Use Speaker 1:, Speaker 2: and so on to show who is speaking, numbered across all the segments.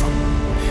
Speaker 1: 方，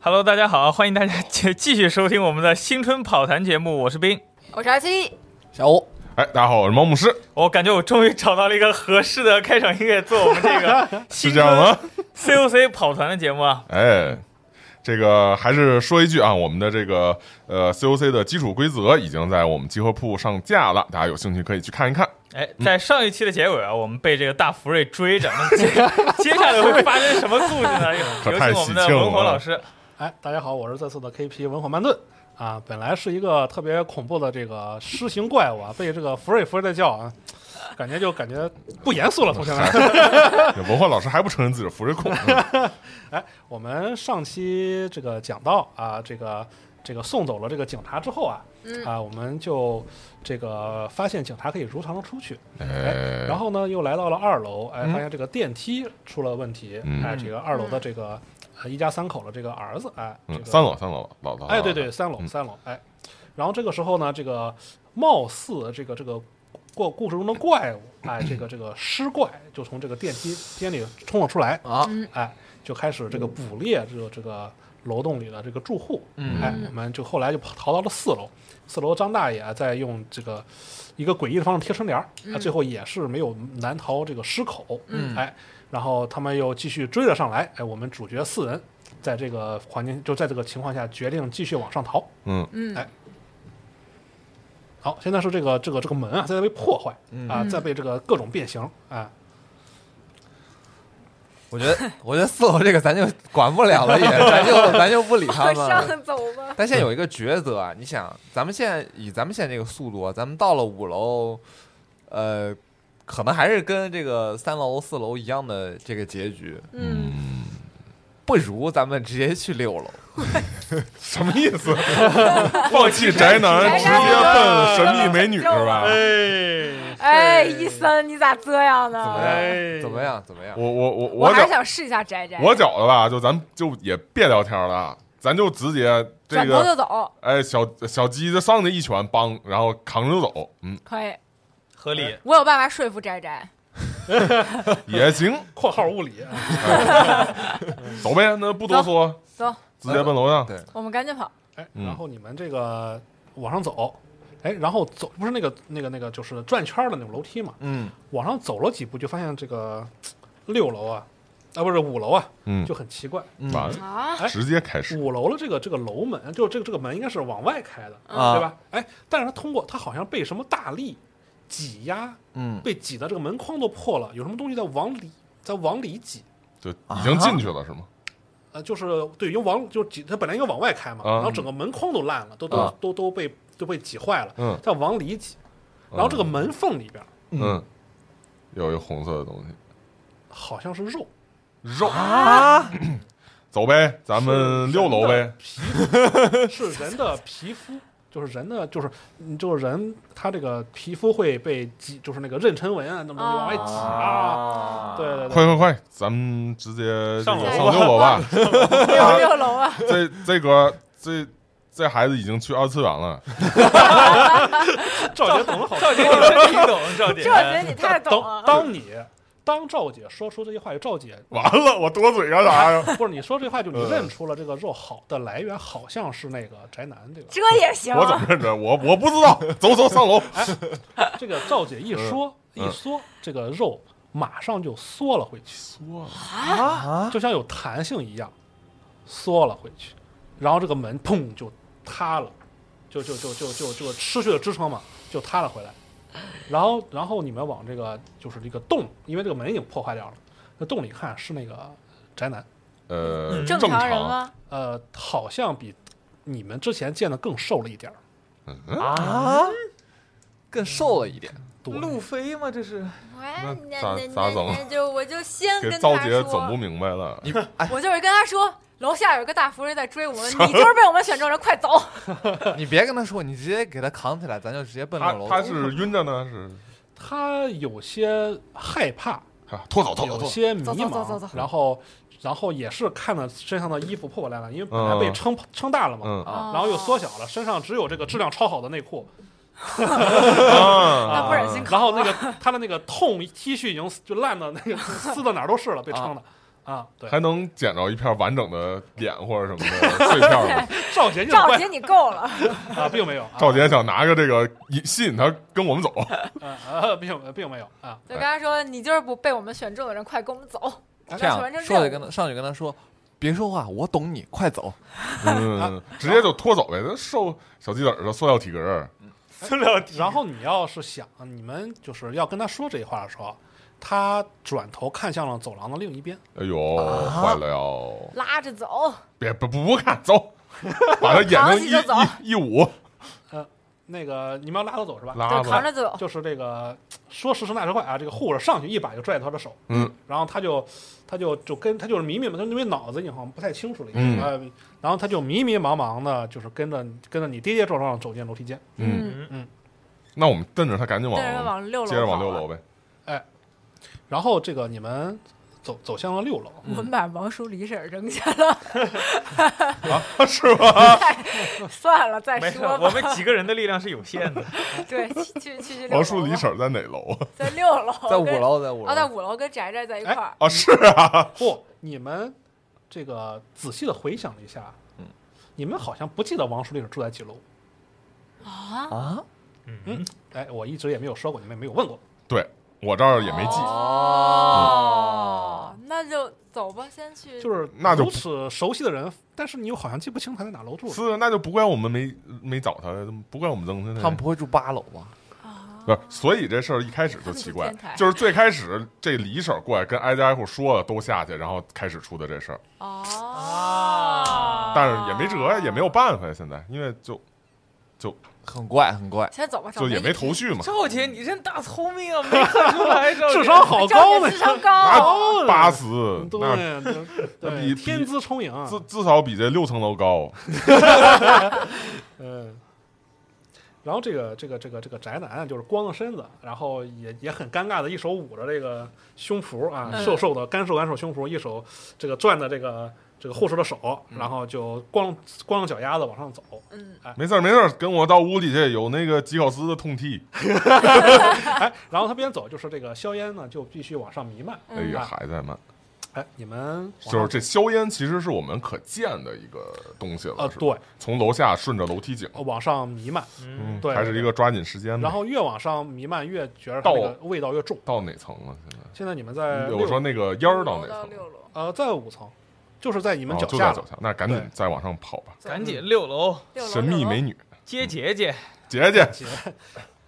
Speaker 2: Hello，大家好，欢迎大家继继续收听我们的新春跑团节目，我是冰。
Speaker 3: 我是阿七，
Speaker 4: 小欧，
Speaker 5: 哎，大家好，我是毛姆师，
Speaker 2: 我感觉我终于找到了一个合适的开场音乐做我们这 个
Speaker 5: 是
Speaker 2: 新
Speaker 5: 这样
Speaker 2: 春
Speaker 5: 吗？
Speaker 2: COC 跑团的节目啊。
Speaker 5: 哎，这个还是说一句啊，我们的这个呃 COC 的基础规则已经在我们集合铺上架了，大家有兴趣可以去看 一看。
Speaker 2: 哎，在上一期的结尾啊，我们被这个大福瑞追着，那 接接下来会发生什么故事呢？
Speaker 5: 可
Speaker 2: 有
Speaker 5: 太
Speaker 2: 请我们的
Speaker 5: 喜庆了
Speaker 2: 文火老师。
Speaker 4: 哎，大家好，我是这次的 KP 文火慢炖啊。本来是一个特别恐怖的这个狮形怪物啊，被 这个福瑞福瑞的叫啊，感觉就感觉不严肃了，同学 们。
Speaker 5: 哎文化老师还不承认自己是福瑞 控，嗯
Speaker 4: 哎我们上期这个讲到啊，这个这个送走了这个警察之后啊，
Speaker 3: 嗯
Speaker 4: 啊，我们就这个发现警察可以如常的出去，
Speaker 5: 哎，
Speaker 4: 然后呢又来到了二楼，哎，
Speaker 2: 嗯
Speaker 4: 发现这个电梯出了问题，
Speaker 5: 嗯
Speaker 4: 哎，这个二楼的这个呃一家三口的这个儿子，哎，这
Speaker 5: 嗯，
Speaker 4: 个
Speaker 5: 三楼，三楼，老老，
Speaker 4: 哎，对对，，三楼
Speaker 5: 嗯
Speaker 4: 三楼，哎，然后这个时候呢，这个貌似这个这个过故事中的怪物，哎，这个这个尸怪就从这个电梯间里冲了出来，
Speaker 6: 啊，
Speaker 4: 哎，就开始这个捕猎这个这个楼栋里的这个住户，哎，我们就后来就跑逃到了四楼，四楼张大爷在用这个一个诡异的方式贴春联儿，哎最后也是没有难逃这个尸口，
Speaker 2: 嗯
Speaker 4: 哎，然后他们又继续追了上来，哎，我们主角四人。在这个环境，就在这个情况下，决定继续往上逃。
Speaker 5: 嗯，
Speaker 3: 嗯
Speaker 4: 哎好，现在是这个这个这个门啊，在被破坏啊，在被这个各种变形啊。
Speaker 6: 我觉得，我觉得四楼这个咱就管不了了也，咱就咱就不理 他
Speaker 3: 往
Speaker 6: 们了。
Speaker 3: 上走吧。
Speaker 6: 但现在有一个抉择啊，你想，咱们现在以咱们现在这个速度啊，咱们到了五楼，呃，可能还是跟这个三楼、四楼一样的这个结局，
Speaker 3: 嗯，
Speaker 6: 不如咱们直接去六楼。
Speaker 5: 什么意 思？放弃宅男，直接奔神秘美女是吧？
Speaker 2: 哎，
Speaker 3: 哎，医生，你咋这样
Speaker 6: 怎么
Speaker 3: 呢？
Speaker 2: 哎
Speaker 6: 样？怎么样？怎么样？
Speaker 5: 我我我
Speaker 3: 我
Speaker 5: 我
Speaker 3: 还
Speaker 5: 觉
Speaker 3: 是想试一下宅宅，
Speaker 5: 我觉得吧，就咱们就也别聊天了，啊咱就直接这
Speaker 3: 转头
Speaker 5: 个，
Speaker 3: 就走，
Speaker 5: 哎，小小鸡就上去一拳，帮，然后扛着就走，嗯，
Speaker 3: 可以。
Speaker 2: 合理。
Speaker 3: 我有办法说服宅宅，
Speaker 5: 也行，
Speaker 4: （括号物理）啊
Speaker 5: 走呗，那不多说，
Speaker 3: 走，
Speaker 5: 直接奔楼上。
Speaker 6: 对
Speaker 3: 我们赶紧跑。
Speaker 4: 哎，
Speaker 5: 嗯
Speaker 4: 然后你们这个往上走，哎，然后走不是那个那个那个就是转圈儿的那种楼梯嘛，
Speaker 6: 嗯，
Speaker 4: 往上走了几步就发现这个嘖六楼啊，啊不是五楼啊，
Speaker 5: 嗯
Speaker 4: 就很奇怪，
Speaker 5: 完了，
Speaker 3: 啊，
Speaker 4: 哎
Speaker 5: 直接开始。
Speaker 4: 五楼的这个这个楼门，就这个这个门应该是往外开的，
Speaker 6: 啊
Speaker 4: 对吧？哎，但是它通过它好像被什么大力挤压，
Speaker 6: 嗯，
Speaker 4: 被挤的这个门框都破了，有什么东西在往里在往里挤。
Speaker 5: 就
Speaker 4: 啊
Speaker 5: 已经进去了是吗？
Speaker 4: 呃，就是对，因为往就挤，它本来应该往外开嘛，
Speaker 5: 啊
Speaker 4: 然后整个门框都烂了，都都、
Speaker 6: 啊
Speaker 4: 都都被都被挤坏了，
Speaker 5: 嗯
Speaker 4: 再往里挤，
Speaker 6: 嗯
Speaker 4: 然后这个门缝里边
Speaker 5: 嗯嗯，有一个红色的东西，
Speaker 4: 好像是肉，
Speaker 5: 肉，
Speaker 6: 啊，
Speaker 5: 走呗，咱
Speaker 4: 是
Speaker 5: 们六楼
Speaker 4: 人
Speaker 5: 呗
Speaker 4: 的。皮肤是人的皮肤，就是人的，就是嗯就是人，他这个皮肤会被挤，就是那个妊娠纹啊，那么
Speaker 3: 哦
Speaker 4: 往外挤啊。对对对，
Speaker 5: 快快快，咱们直接
Speaker 2: 上
Speaker 5: 这个
Speaker 3: 楼
Speaker 5: 上六楼 吧。
Speaker 3: 六六楼 啊，
Speaker 5: 这这个这这孩子已经去二次元了，
Speaker 4: 赵姐懂得好。
Speaker 2: 赵姐，你真听懂，赵姐哎
Speaker 3: 这。我觉得你太懂啊
Speaker 4: 当
Speaker 3: 了。
Speaker 4: 当你当赵姐说出这句话，赵姐
Speaker 5: 完了，我多嘴干啥呀？
Speaker 4: 不是你说这话，就你
Speaker 5: 呃
Speaker 4: 认出了这个肉好的来源，好像是那个宅男这个。
Speaker 3: 这也行？
Speaker 5: 我怎么认识？我我不知道。哎走走，上楼。
Speaker 4: 这个赵姐一说一缩，这个肉马上就缩了回去，啊
Speaker 5: 缩了，
Speaker 4: 就像有弹性一样，缩了回去，然后这个门砰就塌了，就就就就就就失去了支撑嘛，就塌了回来。然后然后你们往这个就是这个洞，因为这个门已经破坏掉了，那洞里看是那个宅男，
Speaker 5: 呃，
Speaker 3: 正
Speaker 5: 正
Speaker 3: 常人？吗？
Speaker 4: 呃，好像比你们之前见的更瘦了一点儿。
Speaker 6: 啊，更瘦了 一点。
Speaker 4: 对
Speaker 7: 路飞吗？这是
Speaker 3: 哎
Speaker 5: 那咋咋整
Speaker 3: 那就我就先
Speaker 5: 给
Speaker 3: 跟
Speaker 5: 赵
Speaker 3: 他
Speaker 5: 姐整不
Speaker 3: 说，
Speaker 5: 明白了。
Speaker 3: 我就是跟他说，楼下有一个大福人在追我们，你就是被我们选中人，快走！
Speaker 6: 你别跟他说，你直接给他扛起来，咱就直接奔
Speaker 5: 他
Speaker 6: 六楼。
Speaker 5: 他是晕着呢，是
Speaker 4: 他有些害怕，
Speaker 5: 啊拖走拖走
Speaker 4: 有
Speaker 5: 拖走。
Speaker 4: 些迷
Speaker 3: 走走走走走
Speaker 4: 茫，然后然后也是看了身上的衣服破破烂烂，因为本来被
Speaker 5: 嗯
Speaker 4: 撑撑大了嘛，
Speaker 5: 嗯
Speaker 4: 哦
Speaker 6: 啊
Speaker 4: 然后又缩小了，身上只有这个质量超好的内裤，
Speaker 5: 啊
Speaker 3: 那不忍
Speaker 5: 嗯
Speaker 3: 心
Speaker 4: 然后那个他的那个痛 T 恤已经就烂的那个撕的哪儿都是了，被撑的啊，对，
Speaker 5: 还能捡着一片完整的脸或者什么的碎 片吗？
Speaker 4: 赵杰就是
Speaker 3: 赵
Speaker 4: 怪
Speaker 3: 姐，你够了，
Speaker 4: 啊，并 没有，啊
Speaker 5: 赵姐想拿个这个引吸引他跟我 们走，
Speaker 4: 啊啊，并并没有啊，
Speaker 3: 就跟他说，你就是不被我们选中的人，快跟我们走。
Speaker 6: 这
Speaker 3: 完成
Speaker 6: 样说
Speaker 3: 任
Speaker 6: 的
Speaker 3: 务
Speaker 6: 跟他上去跟他说，别说话，我懂你，快走。
Speaker 5: 嗯，直接就拖走呗。那瘦小鸡腿儿的塑料体格儿，
Speaker 2: 塑料体
Speaker 4: 然后你要是想你们就是要跟他说这句话的时候，他转头看向了走廊的另一边，
Speaker 5: 哎呦，坏了哟！
Speaker 3: 拉着走，
Speaker 5: 别不不不看，走，把 他眼
Speaker 3: 扛
Speaker 5: 睛
Speaker 3: 起就走
Speaker 5: 一一一捂，
Speaker 4: 那个你们要拉他走是吧？
Speaker 5: 拉
Speaker 3: 对，扛
Speaker 5: 吧。
Speaker 3: 着走，
Speaker 4: 就是这个说时迟那时快啊，这个护士上去一把就拽住他的手，
Speaker 5: 嗯，
Speaker 4: 然后他就他就就跟他就是迷迷茫，他因为脑子已经好像不太清楚了，已经
Speaker 5: 嗯
Speaker 4: 呃，然后他就迷迷茫茫的，就是跟着跟着你跌跌撞撞地走进楼梯间，
Speaker 5: 嗯，
Speaker 3: 嗯，
Speaker 5: 那我们瞪着他，赶紧往
Speaker 3: 带人嗯往六楼，
Speaker 5: 接着往六楼。呗。
Speaker 4: 然后这个你们走走向了六楼，
Speaker 5: 嗯
Speaker 3: 我们把王叔李婶儿扔 下 了，
Speaker 5: 啊是吧？
Speaker 3: 算了，再
Speaker 2: 没事，
Speaker 3: 说
Speaker 2: 我
Speaker 3: 吧。
Speaker 2: 们几个人的力量是有限的。
Speaker 3: 对，去去去去。
Speaker 5: 王叔李婶儿在哪楼啊？
Speaker 3: 在六楼，
Speaker 6: 在五楼，在五
Speaker 3: 跟，哦，在
Speaker 6: 楼，
Speaker 3: 五楼跟宅宅在一块儿。
Speaker 5: 啊，是啊，
Speaker 4: 不，你们这个仔细的回想了一下，
Speaker 6: 嗯，
Speaker 4: 你们好像不记得王书丽是住在几楼，
Speaker 3: 啊，
Speaker 6: 啊，
Speaker 2: 嗯，
Speaker 4: 哎，我一直也没有说过，你们也没有问过，
Speaker 5: 对我这儿也没记。
Speaker 3: 哦，
Speaker 6: 嗯
Speaker 3: 那就走吧，先去。
Speaker 4: 就是
Speaker 5: 那就
Speaker 4: 如此熟悉的人，但是你又好像记不清他在哪楼住了，
Speaker 5: 是，那就不怪我们没没找他，不怪我们扔他。
Speaker 6: 他们不会住八楼吧？
Speaker 5: 不是，所以这事儿一开始就奇怪
Speaker 3: 他们是天才，
Speaker 5: 就是最开始这李婶儿过来跟挨家挨户说了都下去，然后开始出的这事儿，
Speaker 3: 哦，
Speaker 5: 但是也没辙呀，也没有办法呀，现在因为就
Speaker 6: 很怪，很怪。
Speaker 3: 先走吧，
Speaker 5: 就也没
Speaker 3: 没
Speaker 5: 头绪嘛，
Speaker 2: 赵姐，你真大聪明啊，没看出来，赵姐
Speaker 4: 智商 好高
Speaker 3: 赵
Speaker 4: 呢
Speaker 3: 姐智。商
Speaker 5: 那
Speaker 3: 高，
Speaker 4: 哦
Speaker 5: 八十嗯那
Speaker 4: 对对
Speaker 5: 那
Speaker 4: 对，
Speaker 5: 比
Speaker 4: 天资聪颖啊，
Speaker 5: 至至少比这六层楼高，
Speaker 4: 嗯。然后这个这个这个这个宅男啊，就是光着身子，然后也也很尴尬的，一手捂着这个胸脯啊，
Speaker 3: 嗯
Speaker 4: 瘦瘦的干瘦干瘦胸脯，一手这个攥着这个这个护士的手，
Speaker 5: 嗯
Speaker 4: 然后就光光着脚丫子往上走。
Speaker 3: 嗯，
Speaker 5: 没事儿没事儿，跟我到屋里去，有那个吉考斯的痛踢，
Speaker 4: 哎，然后他边走就是这个硝烟呢，就必须往上弥漫。
Speaker 5: 哎
Speaker 3: 嗯
Speaker 5: 呀还在慢，
Speaker 4: 哎，你们往
Speaker 5: 就
Speaker 4: 上
Speaker 5: 是这硝烟其实是我们可见的一个东西了，
Speaker 4: 呃
Speaker 5: 是吧
Speaker 4: 对，呃
Speaker 5: 从楼下顺着楼梯井，
Speaker 4: 往上弥漫，
Speaker 5: 嗯
Speaker 4: 对
Speaker 5: 还是一个抓紧时间的，
Speaker 4: 然后越往上弥漫越觉得它那个味道越重。
Speaker 5: 到哪层了？现在
Speaker 4: 现在你们在
Speaker 5: 我
Speaker 4: 六
Speaker 5: 说那个烟儿到哪
Speaker 3: 到
Speaker 5: 层？
Speaker 3: 呃六楼，
Speaker 4: 呃在五层，就是在你
Speaker 5: 你
Speaker 4: 们脚
Speaker 5: 就
Speaker 4: 下
Speaker 5: 哦在
Speaker 4: 了
Speaker 5: 脚下，那赶紧
Speaker 4: 对
Speaker 5: 再往上跑吧。
Speaker 2: 赶紧六楼
Speaker 3: 六楼
Speaker 5: 神秘美
Speaker 3: 女，
Speaker 5: 女
Speaker 2: 接姐姐，
Speaker 5: 姐姐，
Speaker 4: 姐，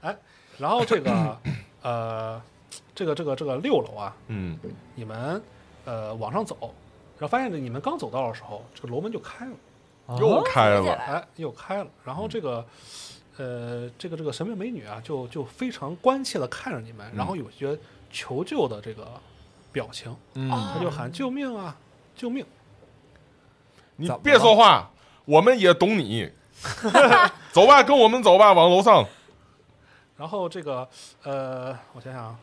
Speaker 4: 哎，然后这个呃，这个这个这个六楼啊，
Speaker 5: 嗯，
Speaker 4: 你们呃往上走，然后发现你们刚走到的时候，这个楼门就开了，
Speaker 5: 又开
Speaker 3: 姐姐
Speaker 5: 了，
Speaker 3: 来
Speaker 4: 哎，又开了，然后这个。呃，这个这个神
Speaker 5: 嗯
Speaker 4: 秘美女啊，就就非常关切的看着你们，然后有些求救的这个表情，
Speaker 6: 嗯，
Speaker 4: 他就喊救命啊，救命！
Speaker 5: 你
Speaker 6: 怎么
Speaker 5: 别说话，我们也懂你。走吧，跟我们走吧，往楼上。
Speaker 4: 然后这个呃，我想想，啊，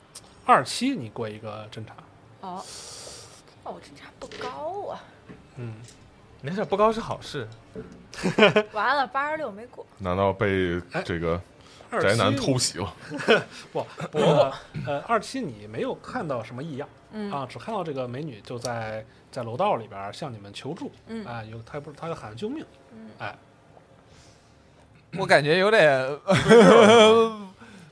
Speaker 4: 二期你过一个侦查，
Speaker 3: 哦，哦，我侦查不高 啊，
Speaker 4: 嗯，
Speaker 2: 没事，不高是好事。
Speaker 3: 完了八十六没过，
Speaker 5: 难道被这个
Speaker 4: 二
Speaker 5: 宅男
Speaker 4: 期
Speaker 5: 偷袭了？
Speaker 4: 不不过呃，二期你没有看到什么异样
Speaker 3: 嗯
Speaker 4: 啊，只看到这个美女就在在楼道里边儿向你们求助，
Speaker 3: 嗯
Speaker 4: 啊，有她不是她就喊救命，哎，
Speaker 6: 我感觉有点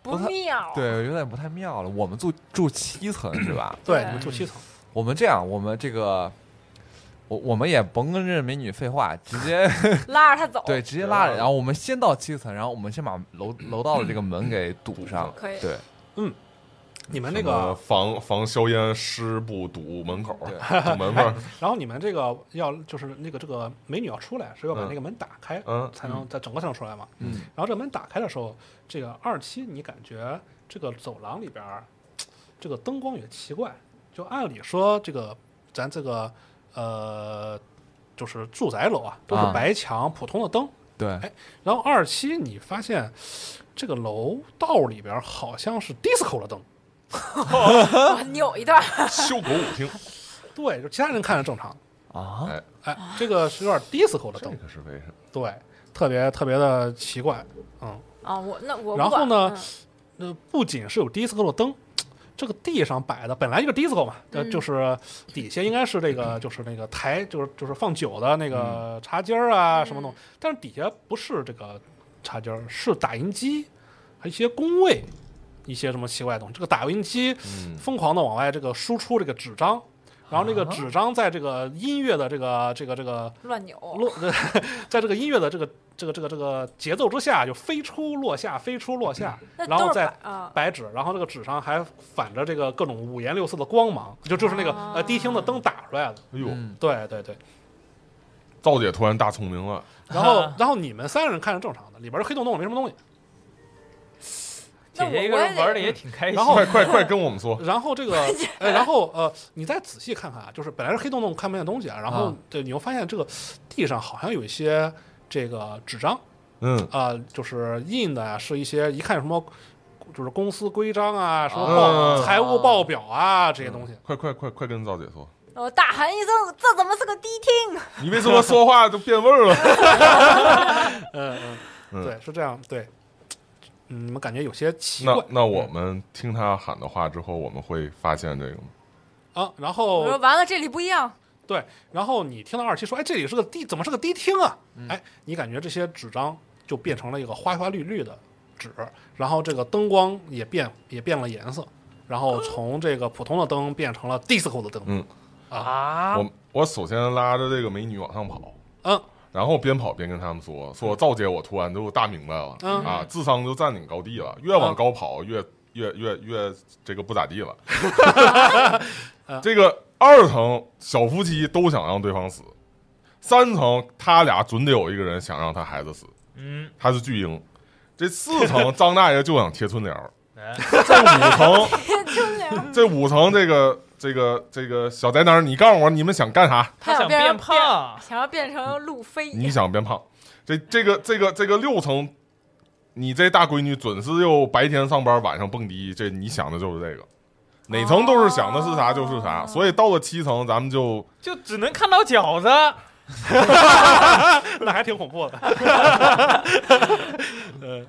Speaker 3: 不妙，
Speaker 6: 对，有点不太妙了。我们住住七层是 吧？
Speaker 3: 对嗯
Speaker 4: 你们住七层，
Speaker 6: 我们这样，我们这个，我我们也甭跟这美女废话，直接
Speaker 3: 拉着他走，
Speaker 6: 对，直接拉着，然后我们先到七层，然后我们先把楼楼道的这个门给堵上。
Speaker 3: 可以
Speaker 6: 对
Speaker 4: 你们
Speaker 5: 那
Speaker 4: 那个
Speaker 5: 防防硝烟湿布堵门口，
Speaker 6: 对
Speaker 5: 堵门缝。
Speaker 4: 然后你们这个要就是那个这个美女要出来，是要把
Speaker 5: 嗯
Speaker 4: 那个门打开，
Speaker 5: 嗯
Speaker 4: 才能在整个才能出来嘛。
Speaker 6: 嗯
Speaker 4: 然后这门打开的时候，这个二期你感觉这个走廊里边儿，这个灯光也奇怪。就按理说这个咱这个呃，就是住宅楼啊，都是
Speaker 6: 啊
Speaker 4: 白墙普通的灯。
Speaker 6: 对，
Speaker 4: 然后二期你发现这个楼道里边儿好像是 disco 的灯，
Speaker 3: 我扭一段，
Speaker 5: 修狗舞厅，
Speaker 4: 对，就其他人看着正常，
Speaker 6: 啊，
Speaker 4: 哎，这个是有点 disco 的
Speaker 5: 这
Speaker 4: 灯，
Speaker 5: 个是为什么？
Speaker 4: 对，特别特别的奇怪，嗯。
Speaker 3: 啊，我那我不
Speaker 4: 然后
Speaker 3: 管嗯
Speaker 4: 呢，那不仅是有 disco 的灯，这个地上摆的本来就是 disco 嘛，呃，就是底下应该是这个就是那个台，就是就是放酒的那个茶几儿啊、什么东西，但是底下不是这个茶几儿，是打印机，还有一些工位，一些什么奇怪的东西。这个打印机
Speaker 5: 嗯
Speaker 4: 疯狂的往外这个输出这个纸张。然后那个纸张在这个音乐的这个这个这个
Speaker 3: 嗯乱扭，
Speaker 4: 落， 在这个音乐的这个这个这个这个节奏之下，就飞出落下，飞出落下，
Speaker 3: 那
Speaker 4: 然后
Speaker 3: 都是
Speaker 4: 再
Speaker 3: 白啊，
Speaker 4: 白纸，然后这个纸上还反着这个各种五颜六色的光芒，就就是那个
Speaker 3: 啊
Speaker 4: 呃迪厅的灯打出来的。
Speaker 5: 哎呦，
Speaker 6: 嗯
Speaker 4: 对对对，
Speaker 5: 赵姐突然大聪明了，
Speaker 4: 然后然后你们三个人看着正常的，里边是黑洞洞没什么东西。
Speaker 2: 姐
Speaker 3: 那
Speaker 2: 姐
Speaker 3: 我
Speaker 2: 一个
Speaker 3: 我
Speaker 2: 人
Speaker 3: 也得
Speaker 2: 玩的也挺开心。
Speaker 4: 然后
Speaker 5: 快快快跟哦我们说，
Speaker 4: 然后这个哎，然后呃，你再仔细看看啊，就是本来是黑洞洞看不见东西啊，然后
Speaker 6: 啊
Speaker 4: 对，你又发现这个地上好像有一些这个纸张。
Speaker 5: 嗯，
Speaker 4: 啊、就是印的啊是一些一看有什么，就是公司规章啊，什么
Speaker 6: 啊
Speaker 4: 报、财务报表啊这些东西。
Speaker 5: 快快快快跟赵姐说，
Speaker 3: 我大喊一声，这怎么是个迪厅？
Speaker 5: 你为什么说话都变味儿 了？
Speaker 4: 嗯嗯，
Speaker 5: 嗯
Speaker 4: 对，是这样，对。嗯，你们感觉有些奇
Speaker 5: 那
Speaker 4: 怪
Speaker 5: 那我们听他喊的话之后，我们会发现这个吗？
Speaker 4: 啊，然
Speaker 3: 我说
Speaker 4: 后
Speaker 3: 完了，这里不一样，
Speaker 4: 对，然后你听到二七说，哎，这里是个地，怎么是个迪厅啊？哎，你感觉这些纸张就变成了一个花花绿绿的纸，然后这个灯光也变也变了颜色，然后从这个普通的灯变成了 disco 的灯，
Speaker 5: 嗯
Speaker 2: 啊，
Speaker 5: 我我首先拉着这个美女往上跑，
Speaker 4: 嗯，
Speaker 5: 然后边跑边跟他们说说赵姐，我突然就大明白了、
Speaker 4: 嗯
Speaker 5: 啊，智商就占领高地了，越往高跑越、越越越这个不咋地了。 这个二层小夫妻都想让对方死，三层他俩准得有一个人想让他孩子死，
Speaker 2: 嗯，
Speaker 5: 他是巨婴。这四层张大爷就想贴春联儿，
Speaker 2: 哎
Speaker 5: 这五 层
Speaker 3: 听见？
Speaker 5: 这五层这个这个这个小宅男儿，你告诉我你们想干啥？
Speaker 2: 他想变胖，
Speaker 3: 想要变成路飞，
Speaker 5: 你想变胖，这这个这个这个六层，你这大闺女准是又白天上班，晚上蹦迪，这你想的就是这个，哪层都是想的是啥就是啥，所以到了七层，咱们就
Speaker 2: 就只能看到饺子。
Speaker 4: 那还挺恐怖的。呃，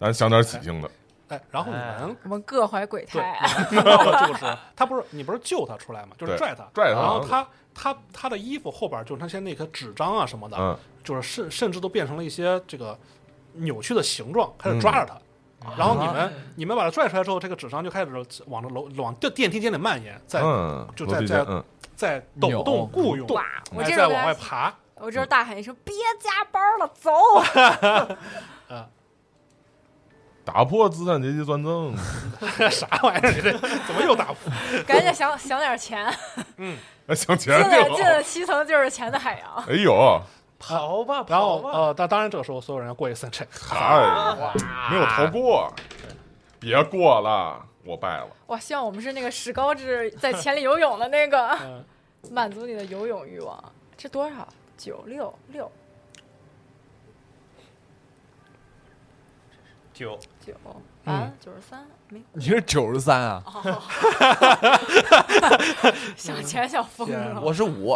Speaker 5: 咱想点喜庆的，
Speaker 4: 哎，然后你们
Speaker 3: 我们各怀鬼
Speaker 4: 对，
Speaker 3: 胎，啊
Speaker 4: 你们看到的就是他不是你不是救他出来嘛，就是
Speaker 5: 对
Speaker 4: 拽他，
Speaker 5: 拽他
Speaker 4: 然后他他他的衣服后边就是那些那个纸张啊什么的，
Speaker 5: 嗯，
Speaker 4: 就是甚甚至都变成了一些这个扭曲的形状，开始抓着他。然后你
Speaker 3: 啊
Speaker 4: 们、你们把他拽出来之后，这个纸张就开始往着楼往电电梯间里蔓延，在、
Speaker 5: 嗯，
Speaker 4: 就
Speaker 5: 罗
Speaker 4: 在
Speaker 5: 宾
Speaker 4: 在
Speaker 5: 嗯，
Speaker 4: 在抖动
Speaker 6: 扭
Speaker 4: 雇佣，
Speaker 3: 哇！我
Speaker 4: 还
Speaker 3: 这
Speaker 4: 在
Speaker 3: 种
Speaker 4: 往外爬。
Speaker 3: 我这时候大喊一声：“别加班了，走
Speaker 5: 打破资产阶级专政，
Speaker 4: 啥玩意儿？你这怎么又打 破？！”
Speaker 3: 赶紧想想点钱，
Speaker 5: 哎想
Speaker 3: 进
Speaker 5: 前
Speaker 3: 了
Speaker 5: 进
Speaker 3: 进
Speaker 5: 了，
Speaker 3: 了七层就是钱的海洋。
Speaker 5: 哎呦，
Speaker 2: 跑吧，
Speaker 4: 然
Speaker 2: 跑
Speaker 4: 后
Speaker 2: 吧！
Speaker 4: 呃，当当然这个时候所有人要过一三 check，
Speaker 5: 嗨，没有逃过，别过了，我败了。
Speaker 3: 哇，希望我们是那个史高治在潜里游泳的那个，
Speaker 4: 嗯，
Speaker 3: 满足你的游泳欲望。这多少？九六六
Speaker 2: 九，
Speaker 3: 九啊，九十三，没有
Speaker 6: 你是九十三啊，
Speaker 3: 想钱想疯
Speaker 4: 嗯
Speaker 3: 了。
Speaker 6: 我是五，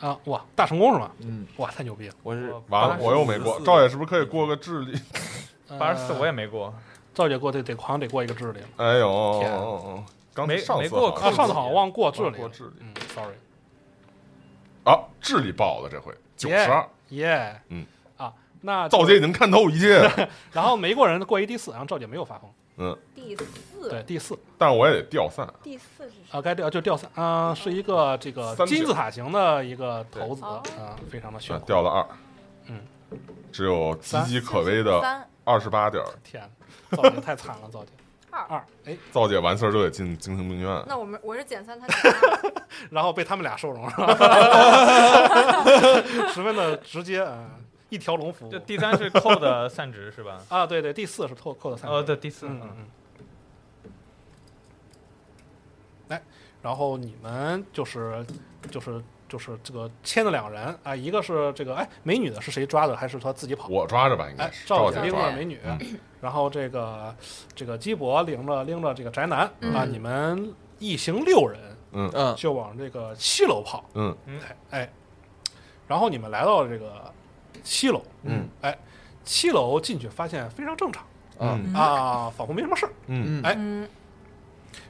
Speaker 4: 啊，哇，大成功是吗？
Speaker 6: 嗯，
Speaker 4: 哇，太牛逼了！
Speaker 6: 我是
Speaker 5: 完了，
Speaker 6: 84
Speaker 5: 我又没过。
Speaker 6: 84
Speaker 5: 赵姐是不是可以过个智力？
Speaker 2: 八十四我
Speaker 4: 也
Speaker 2: 也没过，
Speaker 4: 呃赵姐过得得狂得过一个智力了
Speaker 5: 哎呦，
Speaker 4: 天啊
Speaker 5: 哦哦刚
Speaker 2: 没
Speaker 5: 上
Speaker 2: 没
Speaker 5: 次
Speaker 2: 过
Speaker 5: 好
Speaker 4: 啊，
Speaker 5: 像
Speaker 4: 上次好像忘过智
Speaker 5: 忘
Speaker 4: 力
Speaker 5: 过
Speaker 4: 了，
Speaker 5: 智力
Speaker 4: 嗯，sorry，
Speaker 5: 啊，智力爆了这回九十二。
Speaker 4: 耶，
Speaker 5: 嗯
Speaker 4: 啊，那
Speaker 5: 赵姐已经看透一切，
Speaker 4: 然后没过人过一第四，然后赵姐没有发疯，
Speaker 5: 嗯，
Speaker 3: 第
Speaker 4: 对，
Speaker 3: 四，
Speaker 4: 第四
Speaker 5: 但是我也得掉散。
Speaker 3: 第四是谁？
Speaker 4: 啊，该掉就掉三啊，是一个这个
Speaker 5: 三九
Speaker 4: 金字塔型的一个骰子
Speaker 3: 哦
Speaker 4: 啊，非常的炫
Speaker 5: 啊，
Speaker 4: 酷，
Speaker 5: 掉了二，
Speaker 4: 嗯，
Speaker 5: 只有岌岌可危的
Speaker 3: 三
Speaker 5: 二十八点儿。
Speaker 4: 天，赵姐太惨了，赵姐
Speaker 3: 二。
Speaker 4: 二哎，
Speaker 5: 赵姐完事儿就得进精神病院，
Speaker 3: 那我们我是减三，他减二。
Speaker 4: 然后被他们俩收容了， 十分的直接啊，一条龙服务？
Speaker 2: 这第三是扣的散值是吧
Speaker 4: 啊，对对，第四是扣扣的三分
Speaker 2: 哦，对，第四，
Speaker 4: 嗯嗯
Speaker 2: 嗯
Speaker 4: 嗯。哎，然后你们就是就是就是这个牵着两个人啊，一个是这个哎美女的是谁抓的，还是她自己跑？
Speaker 5: 我抓着吧，应该
Speaker 4: 哎，
Speaker 5: 是
Speaker 4: 赵
Speaker 5: 赵
Speaker 4: 姐
Speaker 5: 姐
Speaker 4: 拎
Speaker 5: 抓
Speaker 4: 着
Speaker 5: 着
Speaker 4: 美。女，
Speaker 5: 嗯
Speaker 4: 然后这个这个基博领着拎着这个宅男、啊，你们一行六人
Speaker 5: 嗯
Speaker 6: 嗯，
Speaker 4: 就往这个七楼跑。
Speaker 5: 嗯
Speaker 4: 哎哎，然后你们来到了这个七楼，
Speaker 5: 嗯
Speaker 4: 哎，七楼进去发现非常正常
Speaker 5: 嗯
Speaker 4: 啊，仿佛没什么事儿。
Speaker 5: 嗯
Speaker 4: 哎
Speaker 3: 嗯，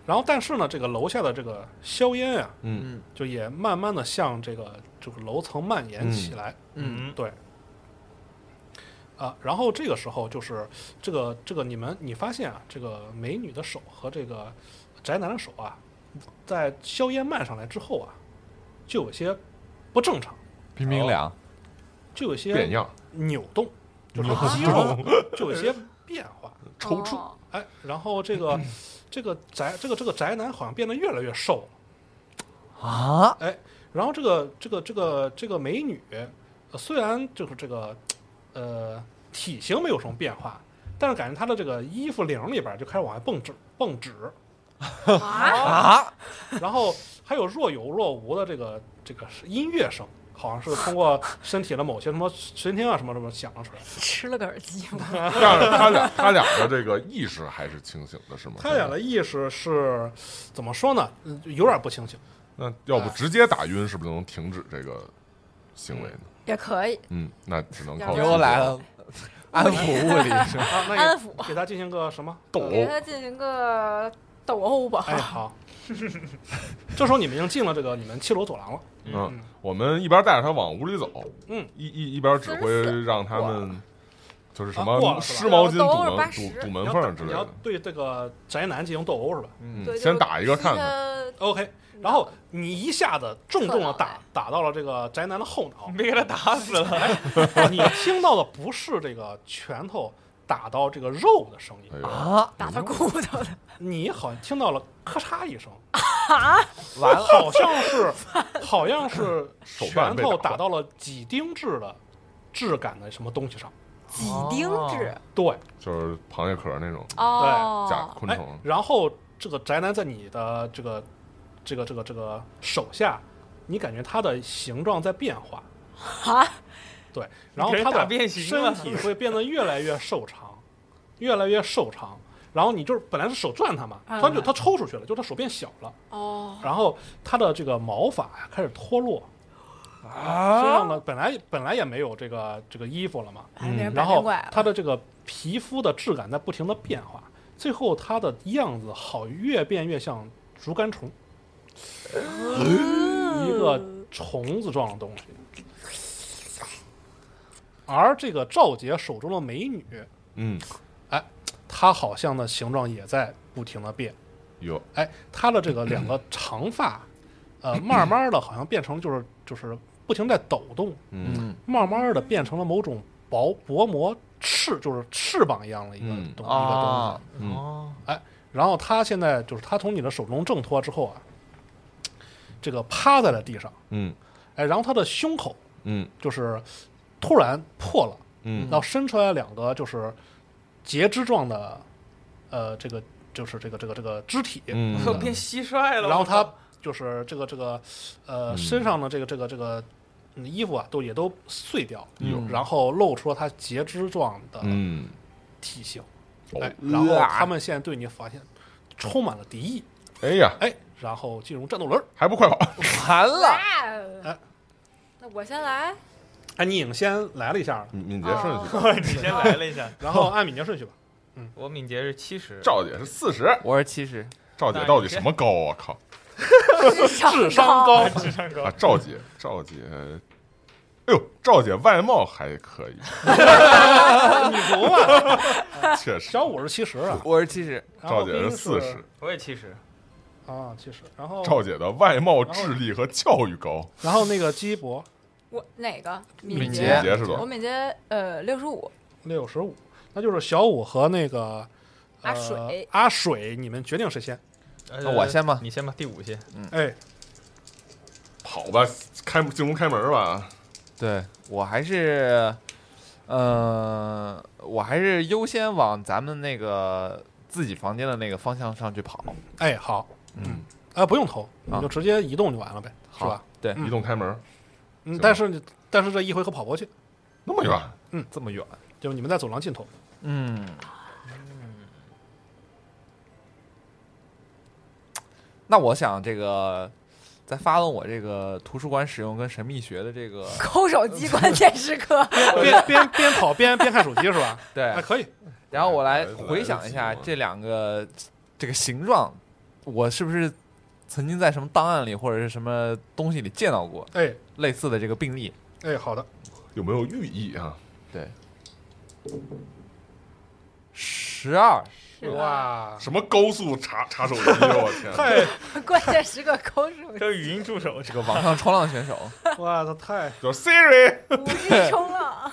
Speaker 4: 然后，但是呢，这个楼下的这个硝烟啊，
Speaker 5: 嗯
Speaker 4: 就也慢慢的向这个这个楼层蔓延起来。
Speaker 2: 嗯
Speaker 4: 对。啊，然后这个时候就是这个这个你们你发现啊，这个美女的手和这个宅男的手啊，在硝烟漫上来之后啊，就有些不正常，
Speaker 6: 冰冰凉，
Speaker 4: 就有些
Speaker 5: 变样，
Speaker 4: 扭动，嗯就是肌肉就有些变化。
Speaker 5: 抽搐。
Speaker 3: 哦
Speaker 4: 哎，然后这个这个宅这个这个宅男好像变得越来越瘦了。
Speaker 6: 啊，
Speaker 4: 哎，然后这个这个这个这个美女，呃虽然就是这个呃体型没有什么变化，但是感觉她的这个衣服领里边儿就开始往外蹦纸蹦纸，
Speaker 3: 啊，
Speaker 4: 然后还有若有若无的这个这个是音乐声，好像是通过身体的某些什么神经啊什么什么响了出来。
Speaker 3: 吃了个耳机吗？
Speaker 5: 但是他俩他俩的这个意识还是清醒的，是吗？
Speaker 4: 他俩的意识是怎么说呢？嗯有点不清醒。
Speaker 5: 那要
Speaker 4: 啊
Speaker 5: 不直接打晕，是不是能停止这个行为呢？
Speaker 3: 也可以，
Speaker 5: 嗯，那只能靠
Speaker 3: 要不然
Speaker 6: 又来了，安抚物理是吧？
Speaker 4: 啊，那
Speaker 3: 安
Speaker 4: 也
Speaker 3: 抚，
Speaker 4: 给他进行个什 么
Speaker 5: 斗
Speaker 4: 呃
Speaker 5: 殴
Speaker 3: 给他进行个斗殴吧。
Speaker 4: 哎，好。这时候你们已经进了这个你们七楼走廊了。
Speaker 5: 嗯，我们一边带着他往屋里走，
Speaker 4: 嗯，
Speaker 5: 一一一边指挥让他们就是什
Speaker 4: 啊过
Speaker 5: 么
Speaker 4: 了是吧
Speaker 5: 湿毛巾
Speaker 3: 斗
Speaker 5: 堵
Speaker 3: 殴
Speaker 5: 门
Speaker 3: 80
Speaker 5: 堵堵门
Speaker 4: 你要
Speaker 5: 缝
Speaker 4: 打
Speaker 5: 之类
Speaker 4: 你要
Speaker 5: 的，
Speaker 4: 对这个宅男进行斗殴是吧
Speaker 5: 嗯
Speaker 3: 对，就
Speaker 5: 先打一个看看，
Speaker 3: 看。
Speaker 4: ？OK，然后你一下子重重的
Speaker 3: 侧
Speaker 4: 打
Speaker 3: 脑
Speaker 4: 打到了这个宅男的后脑
Speaker 2: 你，别给他打死了，
Speaker 4: 你听到的不是这个拳头打到这个肉的声音
Speaker 5: 哎，呦，
Speaker 6: 啊，
Speaker 3: 打他骨头的，
Speaker 4: 你好像听到了咔嚓一声，
Speaker 6: 完了，
Speaker 4: 好像是好像是
Speaker 5: 手办
Speaker 4: 拳
Speaker 5: 被
Speaker 4: 头
Speaker 5: 打
Speaker 4: 打到了几丁质的质感的什么东西上。
Speaker 3: 几丁质
Speaker 4: 对，
Speaker 5: 就是螃蟹壳那种甲
Speaker 3: 哦，
Speaker 5: 昆
Speaker 4: 哎
Speaker 5: 虫，，
Speaker 4: 然后这个宅男在你的这个这个这个这个手下，你感觉它的形状在变化。
Speaker 3: 啊，
Speaker 4: 对，然后
Speaker 2: 给人
Speaker 4: 他
Speaker 2: 打
Speaker 4: 的
Speaker 2: 变形
Speaker 4: 身
Speaker 2: 了
Speaker 4: 体会变得越来越瘦长，越来越瘦长。然后你就是本来是手攥它嘛，
Speaker 3: 啊
Speaker 4: 突然就它抽出去了，就它手变小了，
Speaker 3: 哦，
Speaker 4: 然后它的这个毛发呀开始脱落，啊，身上的本来本来也没有这个这个衣服了嘛，
Speaker 3: 哎那人
Speaker 4: 嗯然
Speaker 3: 白见
Speaker 4: 后
Speaker 3: 怪了
Speaker 4: 它的这个皮肤的质感在不停的变化，最后它的样子好越变越像竹竿虫，一个虫子状的东西。而这个赵杰手中的美女，
Speaker 5: 嗯，
Speaker 4: 她好像的形状也在不停的变。
Speaker 5: 有
Speaker 4: 哎，她的这个两个长发，呃，慢慢的好像变成就是就是不停地在抖动，
Speaker 5: 嗯
Speaker 4: 慢慢的变成了某种薄薄膜翅，就是翅膀一样的一个
Speaker 5: 嗯
Speaker 4: 东、一个东西
Speaker 6: 啊。，
Speaker 5: 嗯，
Speaker 4: 然后他现在就是他从你的手中挣脱之后啊，这个趴在了地上，
Speaker 5: 嗯
Speaker 4: 哎，然后他的胸口
Speaker 5: 嗯
Speaker 4: 就是突然破了，
Speaker 5: 嗯
Speaker 4: 然后伸出来两个就是截肢状的，呃，这个就是这个这个这个肢体，
Speaker 5: 嗯，
Speaker 2: 我变蟋蟀了。
Speaker 4: 然后
Speaker 2: 我靠
Speaker 4: 他就是这个这个呃
Speaker 5: 嗯
Speaker 4: 身上的这个这个这个嗯衣服啊都也都碎掉，
Speaker 5: 有
Speaker 4: 嗯然后露出了他截肢状的
Speaker 5: 嗯，
Speaker 4: 体型，
Speaker 5: 哦
Speaker 4: 哎，然后他们现在对你发现充满了敌意，
Speaker 5: 哎呀，
Speaker 4: 哎，然后进入战斗轮儿，
Speaker 5: 还不快跑！
Speaker 6: 完了，
Speaker 3: 哇哦
Speaker 4: 哎
Speaker 3: 那我先来，哦
Speaker 4: 哎，你影先来了一下，
Speaker 5: 敏敏捷顺
Speaker 4: 哦
Speaker 5: 序，
Speaker 2: 我直接来了一下，
Speaker 4: 然后按敏捷顺序吧，
Speaker 2: 我敏捷是七十，
Speaker 5: 赵姐是四十，
Speaker 6: 我是七十，
Speaker 5: 赵姐到底什么高啊？ 靠
Speaker 4: 智商高，
Speaker 2: 智商高
Speaker 5: 啊！，赵姐，赵姐，哎呦，赵姐外貌还可 以，
Speaker 4: 你不嘛？
Speaker 5: 确实，
Speaker 4: 小五是七十啊，
Speaker 6: 我是七十，
Speaker 4: 然后
Speaker 5: 赵姐
Speaker 4: 冰
Speaker 5: 四十，
Speaker 2: 我也七十。
Speaker 4: 啊，七十，然后
Speaker 5: 赵姐的外貌、智力和教育高，
Speaker 4: 然后那个基博
Speaker 3: 我哪个？
Speaker 6: 敏
Speaker 5: 敏
Speaker 6: 捷
Speaker 3: 捷，
Speaker 5: 捷是多
Speaker 3: 我
Speaker 5: 少？
Speaker 3: 敏捷呃六十五，
Speaker 4: 六十五，那就是小五和那个。
Speaker 3: 阿
Speaker 4: 呃
Speaker 3: 水
Speaker 4: 阿水，你们决定谁先？
Speaker 2: 那
Speaker 6: 那我先吧
Speaker 2: 呃你先吧，第五先。
Speaker 5: 嗯
Speaker 4: 哎，
Speaker 5: 跑吧，开进屋开门吧，
Speaker 6: 对我还是，呃，我还是优先往咱们那个自己房间的那个方向上去跑，
Speaker 4: 哎，好，
Speaker 6: 嗯，
Speaker 4: 啊，不用投，
Speaker 6: 啊
Speaker 4: 你就直接移动就完了呗，是
Speaker 6: 好
Speaker 4: 吧？，
Speaker 6: 对，
Speaker 5: 移动开门，
Speaker 4: 嗯，
Speaker 5: 行
Speaker 4: 但是你但是这一回合跑不过去，
Speaker 5: 那么远，
Speaker 6: 这么远，
Speaker 4: 就你们在走廊尽头，
Speaker 6: 嗯，那我想这个。再发动我这个图书馆使用跟神秘学的这个，
Speaker 3: 抠手机关键时 刻，
Speaker 4: 边边边跑边边看手机是吧？
Speaker 6: 对
Speaker 4: 哎，，可以，
Speaker 6: 然后我来
Speaker 5: 来
Speaker 6: 回想一下
Speaker 5: 来得及吗
Speaker 6: 这两个这个形状，我是不是曾经在什么档案里或者是什么东西里见到过
Speaker 4: 哎
Speaker 6: 类似的这个病例？
Speaker 4: 哎，好的，
Speaker 5: 有没有寓意啊？
Speaker 6: 对，十二，
Speaker 4: 哇，
Speaker 5: 什么高速查查手机？我天，
Speaker 4: 太
Speaker 3: 关键时刻抠手机，
Speaker 2: 这语音助手，
Speaker 6: 这个网上冲浪选手，
Speaker 4: 哇，他太
Speaker 5: 叫 Siri，
Speaker 3: 无力冲浪，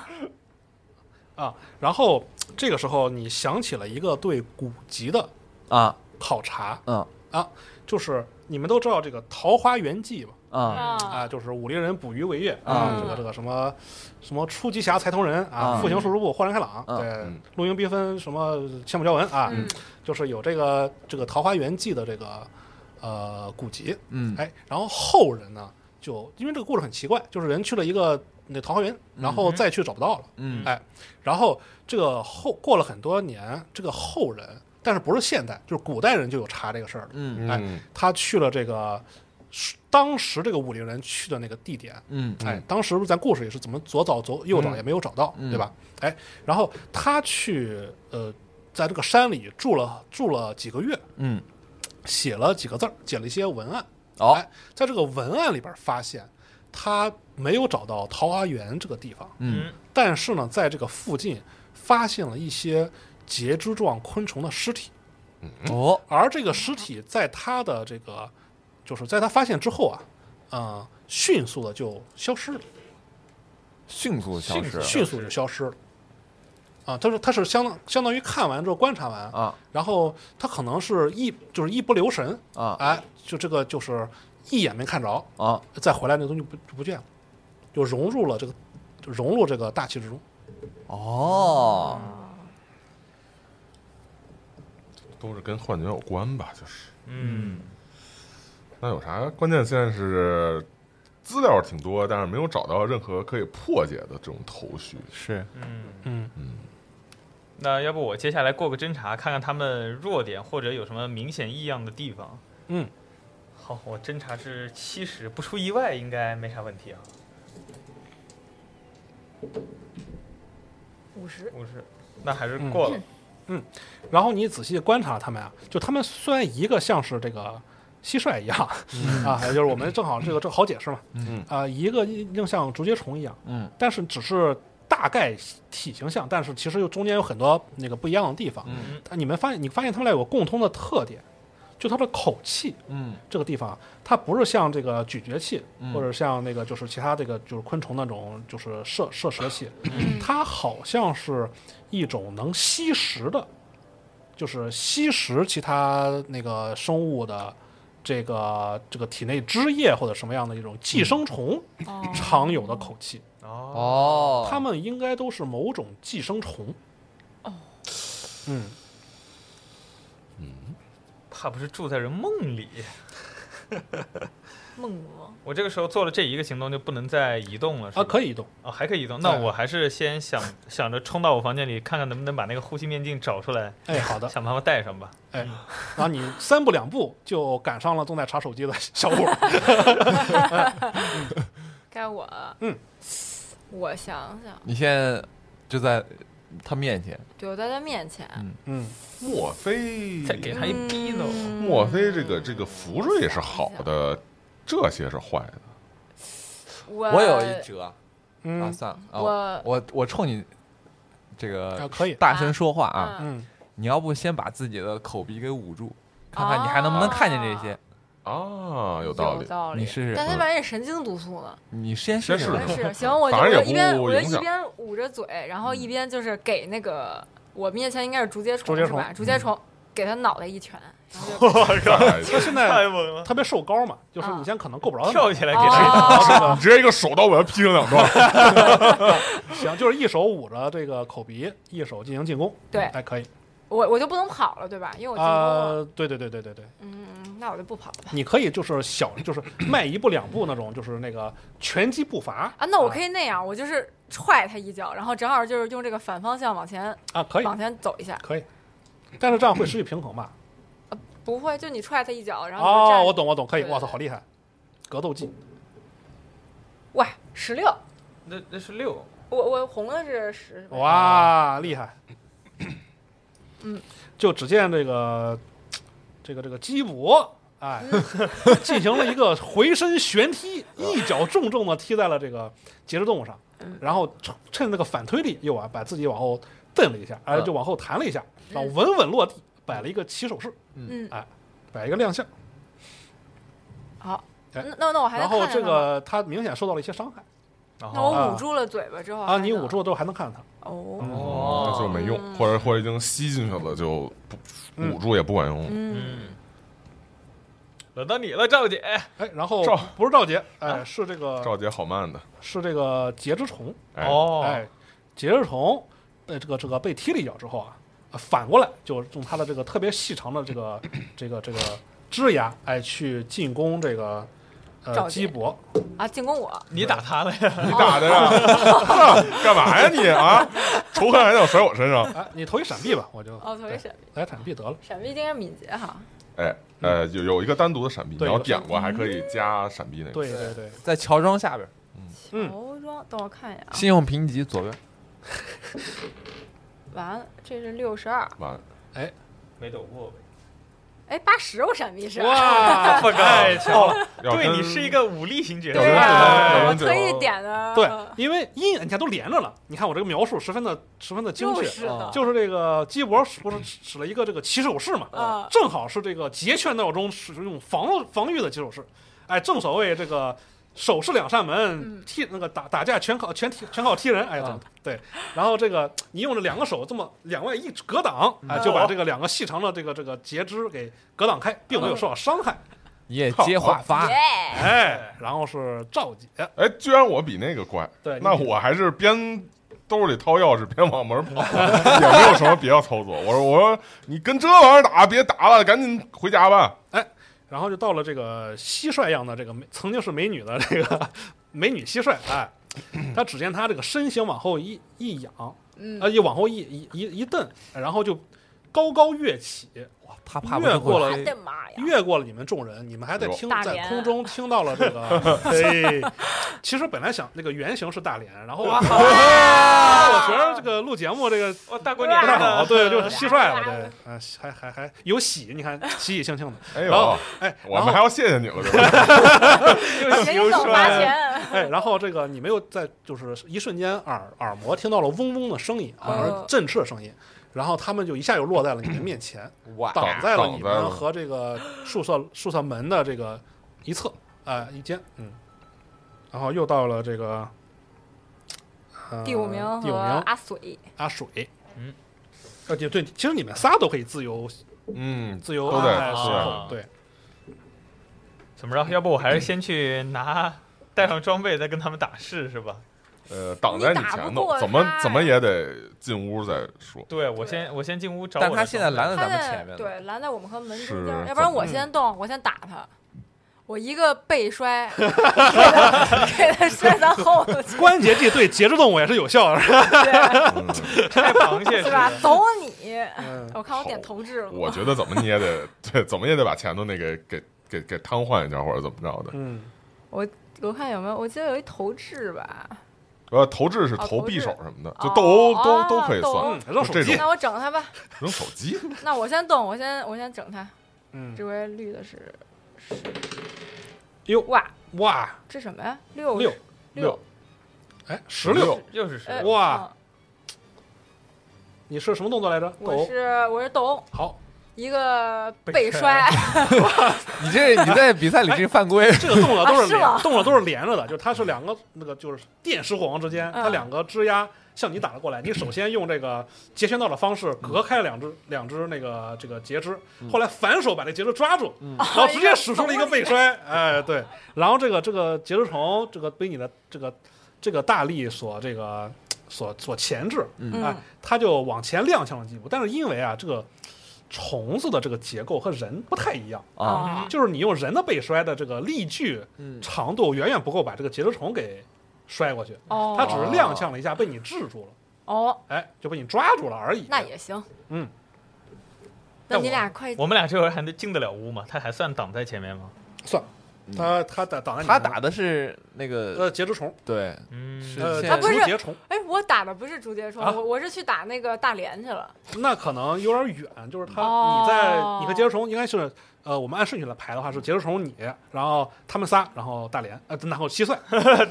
Speaker 4: 啊！然后这个时候你想起了一个对古籍的
Speaker 6: 啊，
Speaker 4: 考察，
Speaker 6: 嗯
Speaker 4: 啊，就是你们都知道这个《桃花源记》嘛，
Speaker 6: 啊，
Speaker 3: 啊
Speaker 4: 啊，就是武陵人捕鱼为乐
Speaker 6: 啊
Speaker 4: 这个这个什么什么初极侠财通人啊，
Speaker 6: 啊
Speaker 4: 复行数十步，豁然开朗，
Speaker 6: 嗯
Speaker 4: 对
Speaker 5: 嗯，
Speaker 4: 陆营缤纷什么千古交文啊，
Speaker 3: 嗯
Speaker 4: 就是有这个这个《桃花源记》的这个呃古籍，
Speaker 6: 嗯
Speaker 4: 哎，然后后人呢，就因为这个故事很奇怪，就是人去了一个那桃花源，然后再去找不到了，
Speaker 6: 嗯
Speaker 4: 哎，然后这个后过了很多年，这个后人，但是不是现代，就是古代人就有查这个事儿了，
Speaker 6: 嗯
Speaker 5: 嗯，
Speaker 4: 他去了这个是当时这个武陵人去的那个地点，
Speaker 6: 嗯
Speaker 4: 哎，当时咱故事也是怎么左找左右找
Speaker 5: 嗯
Speaker 4: 也没有找到，
Speaker 6: 嗯
Speaker 4: 对吧？哎，然后他去呃，在这个山里住了住了几个月，
Speaker 6: 嗯，
Speaker 4: 写了几个字儿，写了一些文案。
Speaker 6: 哦
Speaker 4: 哎，在这个文案里边发现，他没有找到桃花源这个地方，
Speaker 6: 嗯，
Speaker 4: 但是呢，在这个附近发现了一些节肢状昆虫的尸体，
Speaker 6: 哦，
Speaker 4: 而这个尸体在他的这个，就是在他发现之后啊，嗯、迅速的就消失了。
Speaker 6: 迅速消失
Speaker 4: 迅速就消失了。啊，他说他是相当相当于看完之后观察完，
Speaker 6: 啊
Speaker 4: 然后他可能是一就是一不留神，
Speaker 6: 啊
Speaker 4: 哎，就这个就是一眼没看着，
Speaker 6: 啊，
Speaker 4: 再回来那东西不就不见了，就融入了这个就融入这个大气之中。
Speaker 6: 哦，
Speaker 5: 都是跟幻觉有关吧？就是，
Speaker 2: 嗯，
Speaker 5: 那有啥？关键现在是资料挺多，但是没有找到任何可以破解的这种头绪。
Speaker 6: 是，
Speaker 4: 嗯，
Speaker 2: 那要不我接下来过个侦查，看看他们弱点或者有什么明显异样的地方。
Speaker 4: 嗯，
Speaker 2: 好，我侦查是七十，不出意外应该没啥问题啊。
Speaker 3: 五十，
Speaker 2: 五十，那还是过了。
Speaker 4: 然后你仔细观察他们啊，就他们虽然一个像是这个蟋蟀一样、 啊，就是我们正好这个这好解释嘛，
Speaker 5: 嗯
Speaker 4: 啊、一个硬像竹节虫一样，
Speaker 6: 嗯，
Speaker 4: 但是只是大概体型像，但是其实又中间有很多那个不一样的地方。
Speaker 6: 嗯
Speaker 4: 但你们发现，你发现他们俩有个共通的特点，就它的口气
Speaker 6: 嗯
Speaker 4: 这个地方啊，它不是像这个咀嚼器，
Speaker 6: 嗯
Speaker 4: 或者像那个就是其他这个就是昆虫那种就是摄摄食器，
Speaker 6: 嗯
Speaker 4: 它好像是一种能吸食的，就是吸食其他那个生物的。这个这个体内汁液或者什么样的一种寄生虫
Speaker 3: 哦
Speaker 4: 常有的口气，
Speaker 2: 哦，
Speaker 6: 哦，
Speaker 4: 它们应该都是某种寄生虫。哦，嗯，
Speaker 2: 怕不是住在人梦里。
Speaker 3: 梦魔，
Speaker 2: 我这个时候做了这一个行动，就不能再移动了，是
Speaker 4: 啊，
Speaker 2: 吧？
Speaker 4: 可以移动，
Speaker 2: 哦，还可以移动。那
Speaker 4: 对
Speaker 2: 我还是先想想着冲到我房间里，看看能不能把那个呼吸面镜找出来，
Speaker 4: 哎，好的，
Speaker 2: 想办法戴上吧。
Speaker 4: 哎，然后你三步两步就赶上了正在查手机的小五，
Speaker 3: 该我了。
Speaker 4: 嗯，
Speaker 3: 我想想，
Speaker 6: 你现在就在他面前，
Speaker 3: 对我在他面前，
Speaker 4: 嗯，
Speaker 5: 莫非
Speaker 2: 再给他一逼斗，
Speaker 3: 嗯
Speaker 5: 莫非这个这个福瑞是好的，这些是坏的？
Speaker 3: 我
Speaker 6: 我有一折啊，
Speaker 4: 嗯，
Speaker 6: 算了，啊
Speaker 3: 我
Speaker 6: 我我冲你这
Speaker 4: 啊，
Speaker 6: 个
Speaker 4: 可 以，
Speaker 6: 大声说话啊！
Speaker 3: 嗯
Speaker 4: 嗯，
Speaker 6: 你要不先把自己的口鼻给捂住，
Speaker 3: 啊
Speaker 6: 看看你还能不能看见这些？
Speaker 5: 啊，有道理
Speaker 3: 有。道理。
Speaker 6: 你试试
Speaker 3: 但他万一是神经毒素呢？
Speaker 6: 你先试试
Speaker 5: 先
Speaker 3: 我
Speaker 5: 试
Speaker 6: 吧。
Speaker 5: 试
Speaker 3: 是行，我就
Speaker 5: 反正也
Speaker 3: 我
Speaker 5: 不
Speaker 3: 一边我就
Speaker 5: 影
Speaker 3: 一
Speaker 5: 响
Speaker 3: 边捂着嘴，然后一边就是给那个我面前应该是竹节
Speaker 4: 竹
Speaker 3: 虫
Speaker 4: 节
Speaker 3: 是吧？
Speaker 4: 虫
Speaker 3: 竹节虫给他脑袋一拳，然后就
Speaker 5: 哎
Speaker 4: 他现在
Speaker 2: 太猛了，
Speaker 4: 特别瘦高嘛，就是你
Speaker 3: 啊
Speaker 4: 现在可能够不着他
Speaker 2: 跳
Speaker 4: 脑袋，
Speaker 2: 起哎来给他一刀。
Speaker 3: 哦，
Speaker 5: 你直接一个手刀把他劈成两段。
Speaker 4: 行，就是一手捂着这个口鼻，一手进行进攻，
Speaker 3: 对
Speaker 4: 哎，可以，
Speaker 3: 我我就不能跑了对吧？因为我进攻了，
Speaker 4: 啊，对对对对对对，
Speaker 3: 嗯，那我就不跑了吧。
Speaker 4: 你可以就是小，就是 迈一步两步那种，就是那个拳击步伐
Speaker 3: 啊，那我可以那样，我就是踹他一脚，然后正好就是用这个反方向往前
Speaker 4: 啊，可以
Speaker 3: 往前走一下，
Speaker 4: 可以，但是这样会失去平衡吧？
Speaker 3: 不会，就你踹他一脚，然后就
Speaker 4: 哦，
Speaker 3: 站
Speaker 4: 我懂我懂，可以，
Speaker 3: 对
Speaker 4: 哇操，好厉害，格斗技，
Speaker 3: 哇十六，
Speaker 2: 那那是六，
Speaker 3: 我我红的是十，
Speaker 4: 哎哇，厉害！
Speaker 3: 嗯，
Speaker 4: 就只见这个这个这个基博，哎，
Speaker 3: 嗯
Speaker 4: 进行了一个回身旋踢，一脚重重的踢在了这个节肢动物上，
Speaker 3: 嗯
Speaker 4: 然后趁趁那个反推力又啊把自己往后蹬了一下，哎，
Speaker 6: 嗯
Speaker 4: 就往后弹了一下，然后稳稳落地，摆了一个起手式，哎
Speaker 3: 嗯，
Speaker 4: 摆一个亮相。
Speaker 3: 好，
Speaker 4: 哎
Speaker 3: 那那那我还能
Speaker 4: 然后
Speaker 3: 看见
Speaker 4: 这
Speaker 3: 他吗
Speaker 4: 个他明显受到了一些伤害
Speaker 3: 那
Speaker 2: 哦，
Speaker 3: 我捂住了嘴巴之后
Speaker 4: 啊，
Speaker 3: 还
Speaker 4: 你
Speaker 3: 能
Speaker 4: 捂住了之后还能看到他，
Speaker 3: 哦，
Speaker 2: 哦
Speaker 5: 那就没用，或者或者已经吸进去了，就不
Speaker 4: 嗯
Speaker 5: 捂住也不管用。
Speaker 3: 嗯，
Speaker 2: 嗯，轮到你了，赵姐。
Speaker 4: 哎，然后
Speaker 5: 赵
Speaker 4: 不是赵杰，
Speaker 3: 啊
Speaker 4: 哎，是这个
Speaker 5: 赵姐好慢的，
Speaker 4: 是这个节肢虫。
Speaker 5: 哎，
Speaker 2: 哦，
Speaker 4: 哎，节肢虫，呃，这个这个被踢了一脚之后啊，呃反过来就用它的这个特别细长的这个这个这个枝芽，哎，去进攻这个
Speaker 3: 赵
Speaker 4: 呃
Speaker 3: 姐
Speaker 4: 鸡脖。
Speaker 3: 啊，进攻我，
Speaker 2: 你打他了呀？
Speaker 5: 你打的呀？干嘛呀你啊？仇恨还想甩我身上？
Speaker 4: 哎，你投一闪避吧，我就
Speaker 3: 哦，所谓
Speaker 4: 对
Speaker 3: 闪避，
Speaker 4: 来闪避得了。
Speaker 3: 闪避应该敏捷哈，
Speaker 5: 哎，呃，有有一个单独的闪避，你
Speaker 4: 对
Speaker 5: 要点过还可以加闪避那个。
Speaker 4: 对对对，
Speaker 6: 在乔装下边，
Speaker 4: 嗯
Speaker 3: 乔装，等我看一眼啊，
Speaker 6: 信用评级左边，
Speaker 3: 完了，这是六十二，
Speaker 5: 完，
Speaker 2: 没抖过呗。
Speaker 3: 哎，八十我闪避是，啊
Speaker 4: 哇，
Speaker 2: 不该巧，
Speaker 5: 要
Speaker 2: 对
Speaker 5: 跟
Speaker 2: 你是一个武力型角
Speaker 5: 要
Speaker 3: 对
Speaker 5: 跟
Speaker 2: 色。
Speaker 3: 啊，
Speaker 5: 要
Speaker 3: 我
Speaker 5: 跟
Speaker 3: 特意点的，
Speaker 4: 对
Speaker 3: 嗯，
Speaker 4: 因为阴你看都连着了，你看我这个描述十分的十分的精
Speaker 3: 就
Speaker 4: 确。哦
Speaker 3: 是的，
Speaker 4: 就是这个鸡脖不是使了一个这个起手式嘛，
Speaker 3: 啊
Speaker 4: 正好是这个截拳道中使用防防御的起手式。哎，正所谓这个手势两扇门
Speaker 3: 嗯，
Speaker 4: 踢那个打打架全靠全踢全靠踢人。哎，
Speaker 6: 啊
Speaker 4: 对，然后这个你用这两个手这么两外一格挡，哎，就
Speaker 3: 哦
Speaker 4: 把这个两个细长的这个这个截肢给格挡开，并
Speaker 3: 嗯
Speaker 4: 没有受到伤害。
Speaker 6: 你也接话发，
Speaker 3: 耶，
Speaker 4: 哎，然后是赵姐，
Speaker 5: 哎，居然我比那个快，
Speaker 4: 对
Speaker 5: 那
Speaker 4: 你
Speaker 5: 我还是边兜里掏钥匙边往门 跑，也没有什么别的操作。我说我说你跟这玩意儿打，别打了，赶紧回家吧。
Speaker 4: 然后就到了这个蟋蟀样的这个美，曾经是美女的这个 美女蟋蟀，哎，她只见她这个身形往后一一仰，
Speaker 3: 嗯
Speaker 4: 啊，一往后一一一一蹬，然后就高高跃起，
Speaker 6: 哇他怕不
Speaker 4: 越
Speaker 6: 是
Speaker 4: 过
Speaker 6: 会
Speaker 4: 了
Speaker 3: 我的妈哎呀，
Speaker 4: 越过了你们众人，你们还在
Speaker 5: 哎呦
Speaker 4: 听
Speaker 3: 大
Speaker 4: 在
Speaker 3: 连
Speaker 4: 空中听到了这个，哎，其实本来想那个原型是大连，然后啊， 我觉得这个录节目这个
Speaker 2: 我大过
Speaker 4: 不
Speaker 2: 年
Speaker 4: 太好，
Speaker 2: 的，
Speaker 4: 对，啊就是蟋蟀了，对，啊，还还还有喜，你看喜喜庆庆的，
Speaker 5: 哎
Speaker 4: 然
Speaker 3: 哦
Speaker 4: 后
Speaker 5: 呦，
Speaker 4: 哎，
Speaker 5: 我
Speaker 4: 然后
Speaker 5: 们还要谢谢你了，对吧？
Speaker 3: 行走罚钱，
Speaker 4: 哎，然后这个你没有在就是一瞬间耳耳膜听到了嗡嗡的声音，
Speaker 3: 哦
Speaker 4: 而振翅的声音，然后他们就一下就落在了你们面 前，
Speaker 6: 哇，
Speaker 4: 挡在了你
Speaker 5: 挡在
Speaker 4: 们
Speaker 5: 了
Speaker 4: 和这个宿舍宿舍门的这个一侧啊、一间，嗯，然后又到了这个。呃
Speaker 3: 第五名
Speaker 4: 第五
Speaker 3: 和
Speaker 4: 名
Speaker 3: 阿水，
Speaker 4: 阿水，
Speaker 2: 嗯，
Speaker 4: 呃，对对，其实你们仨都可以自由
Speaker 5: 嗯，
Speaker 4: 自由
Speaker 5: 都
Speaker 4: 安
Speaker 5: 在
Speaker 4: 排
Speaker 2: 是
Speaker 4: 行
Speaker 5: 啊
Speaker 4: 动，对，
Speaker 2: 怎么着？要不我还是先去拿带上装备，再跟他们打试是吧？
Speaker 5: 呃，挡在
Speaker 3: 你打
Speaker 5: 前
Speaker 3: 不
Speaker 5: 头，
Speaker 3: 过
Speaker 5: 怎么
Speaker 3: 他
Speaker 5: 怎么也得进屋再 说。
Speaker 2: 对我
Speaker 3: 啊
Speaker 2: 先我先进屋找我
Speaker 6: 但
Speaker 2: 的手机，
Speaker 6: 他现在拦在
Speaker 3: 他
Speaker 6: 咱们
Speaker 3: 在
Speaker 6: 前面，，
Speaker 3: 对拦在我们和门中
Speaker 5: 是
Speaker 3: 间儿，要不然
Speaker 5: 怎么
Speaker 4: 嗯
Speaker 3: 我先动，我先打他，我一个背摔， 给他摔到后头去，
Speaker 4: 关节技对节肢动物也是有效的。 是吧
Speaker 3: 对
Speaker 5: 嗯
Speaker 2: 开螃蟹
Speaker 3: 是 吧？
Speaker 2: 吃
Speaker 3: 走你！
Speaker 4: 嗯
Speaker 3: 我看我点投掷了，
Speaker 5: 我觉得怎么你也得对，怎么也得把前头那个给给给瘫痪一下，或者怎么着的。
Speaker 4: 嗯，
Speaker 3: 我看有没有，我记得有一投掷吧，
Speaker 5: 呃，投掷是
Speaker 3: 哦
Speaker 5: 投
Speaker 3: 投
Speaker 5: 匕
Speaker 3: 掷
Speaker 5: 手什么的，就斗殴
Speaker 3: 哦
Speaker 5: 都
Speaker 3: 哦
Speaker 5: 都可以
Speaker 3: 斗殴
Speaker 5: 算。
Speaker 4: 嗯，扔手
Speaker 5: 这
Speaker 4: 机
Speaker 5: 种，
Speaker 3: 那我整他吧，
Speaker 5: 扔手机，
Speaker 3: 那我先动，我先我先整他，
Speaker 4: 嗯，
Speaker 3: 这回绿的是，
Speaker 4: 哟
Speaker 3: 哇，
Speaker 4: 哇，
Speaker 3: 这什么呀？六
Speaker 4: 六
Speaker 3: 六
Speaker 4: 哎，十六，
Speaker 2: 又是谁
Speaker 3: 哎？
Speaker 4: 哇，
Speaker 3: 嗯
Speaker 4: 你是什么动作来着？斗
Speaker 3: 我
Speaker 4: 殴。
Speaker 3: 是我是斗殴，
Speaker 4: 好，
Speaker 3: 一个
Speaker 2: 背
Speaker 3: 背摔，
Speaker 6: 你这你在比赛里这犯规，
Speaker 4: 这个动作都
Speaker 3: 啊
Speaker 4: 是
Speaker 3: 是
Speaker 4: 连
Speaker 3: 吗
Speaker 4: 动作都是连着的，就是它是两个那个就是电石火王之间，
Speaker 3: 嗯
Speaker 4: 它两个枝丫向你打了过来。你首先用这个截拳道的方式隔开了两只两只那个这个截肢，后来反手把这截肢抓住，
Speaker 3: 嗯
Speaker 4: 然后直接使出了一个背
Speaker 3: 哦
Speaker 4: 摔。哎，对，然后这个这个截肢虫这个被你的这个这个大力所这个所所钳制，
Speaker 3: 嗯
Speaker 4: 哎，它就往前踉跄了几步。但是因为啊这个虫子的这个结构和人不太一样。
Speaker 6: 啊，
Speaker 3: 啊
Speaker 4: 就是你用人的背摔的这个力距
Speaker 6: 嗯
Speaker 4: 长度远远不够把这个节肢虫给摔过去，
Speaker 3: 哦，
Speaker 4: 它只是踉跄了一下被你制住了，
Speaker 3: 哦，
Speaker 4: 哎，就被你抓住了而已。
Speaker 3: 那也行，
Speaker 4: 嗯，
Speaker 3: 那
Speaker 2: 但
Speaker 3: 你
Speaker 2: 我
Speaker 3: 俩快
Speaker 2: 我们俩这回还能进得了屋吗？他还算挡在前面吗？
Speaker 4: 算，
Speaker 3: 嗯
Speaker 4: 他他打挡在你
Speaker 6: 他
Speaker 4: 前面
Speaker 6: 打的是那个
Speaker 4: 呃节肢虫，
Speaker 6: 对，
Speaker 2: 嗯，
Speaker 6: 是
Speaker 4: 呃
Speaker 6: 现
Speaker 3: 啊
Speaker 6: 在
Speaker 3: 不是
Speaker 4: 竹节虫，
Speaker 3: 哎，我打的不是竹节虫，
Speaker 4: 啊
Speaker 3: 我我是去打那个大连去 了。
Speaker 4: 那可能有点远，就是他
Speaker 3: 哦
Speaker 4: 你在你和节肢虫应该是呃我们按顺序来排的话是节肢虫你，然后他们仨，然后大连呃然后蟋蟀，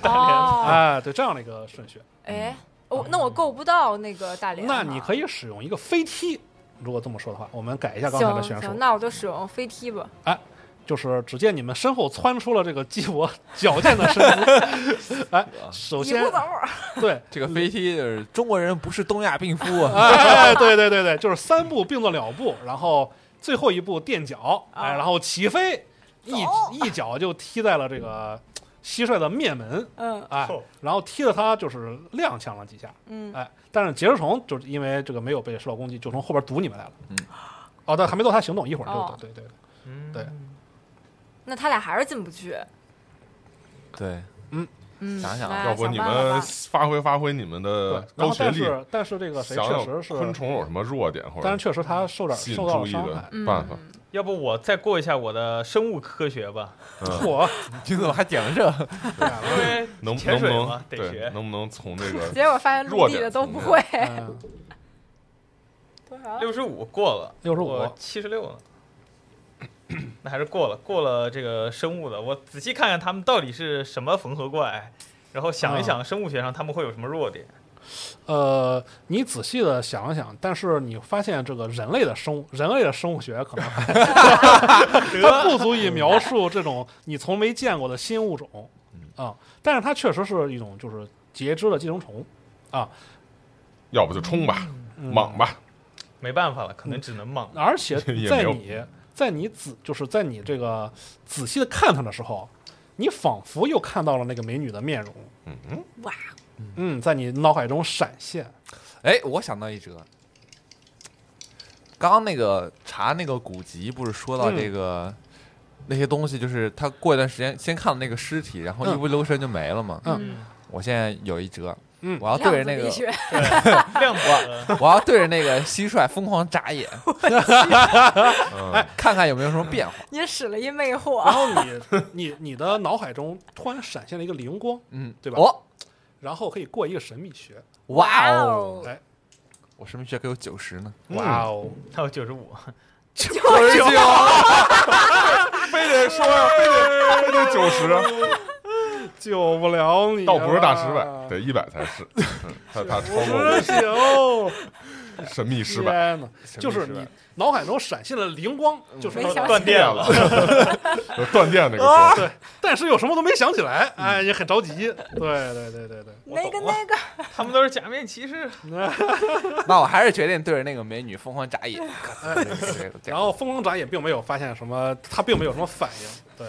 Speaker 3: 哦，
Speaker 4: 哎，对这样的一个顺序。
Speaker 3: 哎，我那我够不到那个大连哈。
Speaker 4: 那你可以使用一个飞踢，如果这么说的话，我们改一下刚才
Speaker 3: 行
Speaker 4: 的选手
Speaker 3: 行，。那我就使用飞踢吧。
Speaker 4: 就是只见你们身后窜出了这个鸡脖矫健的身 姿。哎，首
Speaker 3: 你
Speaker 4: 先
Speaker 3: 不等会儿，
Speaker 4: 对，
Speaker 6: 这个飞踢就是中国人不是东亚病夫啊，
Speaker 4: 哎，对对对对，就是三步并作两步，然后最后一步垫脚，
Speaker 3: 啊
Speaker 4: 哎，然后起飞，一一脚就踢在了这个蟋蟀的面门，
Speaker 3: 嗯
Speaker 4: 哎，
Speaker 5: 哦
Speaker 4: 然后踢得他就是踉跄了几下，
Speaker 3: 嗯，
Speaker 4: 哎，但是节肢虫就是因为这个没有被受到攻击，就从后边堵你们来了。
Speaker 6: 嗯，
Speaker 4: 哦，但还没到他行动，一会儿就
Speaker 3: 哦
Speaker 4: 对对对，
Speaker 2: 嗯
Speaker 4: 对
Speaker 3: 那他俩还是进不去。
Speaker 6: 对，
Speaker 3: 嗯，
Speaker 6: 想想啊
Speaker 3: 那
Speaker 5: 要不
Speaker 3: 想
Speaker 5: 你
Speaker 3: 办法
Speaker 5: 们
Speaker 3: 吧
Speaker 5: 发挥发挥你们
Speaker 4: 对
Speaker 5: 的。
Speaker 4: 然
Speaker 5: 呃高
Speaker 4: 后
Speaker 5: 学
Speaker 4: 但
Speaker 5: 历，
Speaker 4: 是但是这个谁
Speaker 5: 想
Speaker 4: 确实
Speaker 5: 想
Speaker 4: 是
Speaker 5: 昆虫有什么弱点或
Speaker 4: 但
Speaker 5: 者
Speaker 4: 是确实他受点
Speaker 5: 吸引
Speaker 4: 受到
Speaker 5: 注
Speaker 4: 了
Speaker 5: 意
Speaker 4: 伤
Speaker 5: 的
Speaker 4: 害。
Speaker 5: 办法。
Speaker 2: 要不我再过一下我的生物科学吧，
Speaker 5: 嗯，
Speaker 4: 我
Speaker 6: 你怎么还点了这？
Speaker 4: 啊
Speaker 2: 因为
Speaker 5: 能
Speaker 2: 潜
Speaker 5: 能不
Speaker 2: 水嘛
Speaker 5: 能
Speaker 2: 得
Speaker 5: 对，
Speaker 2: 学
Speaker 5: 能不能从 这个
Speaker 3: 结果发现陆地的都不会。 啊
Speaker 4: 嗯，
Speaker 3: 多少？
Speaker 2: 六十五过了，
Speaker 4: 65
Speaker 2: 我七十六呢。 那还是过了，过了这个生物的，我仔细看看他们到底是什么缝合怪，然后想一想生物学上他们会有什么弱点。
Speaker 4: 呃，你仔细的想了想，但是你发现这个人类的生物，人类的生物学可能它不足以描述这种你从没见过的新物种
Speaker 5: 嗯
Speaker 4: 啊、但是它确实是一种就是节肢的寄生虫，
Speaker 5: 要不就冲吧，
Speaker 4: 嗯
Speaker 5: 莽吧，
Speaker 2: 没办法了，可能只能莽。
Speaker 4: 而且
Speaker 5: 也没
Speaker 4: 在
Speaker 5: 有
Speaker 4: 你在你仔就是在你这个仔细的看它的时候，你仿佛又看到了那个美女的面容，
Speaker 5: 嗯，
Speaker 3: 哇，
Speaker 4: 嗯，在你脑海中闪现。
Speaker 6: 哎，我想到一折。刚刚那个查那个古籍，不是说到这个、那些东西，就是他过一段时间先看了那个尸体，然后一不留神就没了嘛。
Speaker 4: 嗯
Speaker 6: 我现在有一折，
Speaker 4: 嗯
Speaker 6: 我要啊对着那个
Speaker 3: 量子力， 学
Speaker 2: 量呃子
Speaker 6: 我要对着那个蟋蟀疯狂眨眼，
Speaker 5: 嗯
Speaker 6: 看看有没有什么变化。
Speaker 3: 也使了一魅惑
Speaker 4: 然。后你你你的脑海中突然闪现了一个灵光，
Speaker 6: 嗯，
Speaker 4: 对吧
Speaker 6: 哦，
Speaker 4: 然后可以过一个神秘学。
Speaker 6: 哇
Speaker 3: 哇
Speaker 6: 哦！
Speaker 4: 哎，
Speaker 6: 我什么学给我九十呢？
Speaker 4: 哇哦，
Speaker 2: 还有九十五，
Speaker 6: 十九，
Speaker 5: 非得说呀，非得非得九十，
Speaker 4: 救不了你
Speaker 5: 倒不是大失败，得一百 才是，嗯他他超过
Speaker 4: 不行，
Speaker 5: 我神秘 失败，
Speaker 4: 啊哦天哪！就是你脑海中闪现了灵光，就是
Speaker 2: 嗯
Speaker 3: 没想起
Speaker 2: 断电了。
Speaker 5: 有 断电那个歌，
Speaker 4: 对，但是又什么都没想起来，哎，也很着急。对对对对对，
Speaker 3: 那个
Speaker 2: 我懂了
Speaker 3: 那个，
Speaker 2: 他们都是假面骑士，
Speaker 6: 那我还是决定对着那个美女疯狂眨眼。哎
Speaker 4: 然后风光眨也并没有发现什么，他并没有什么反应。对，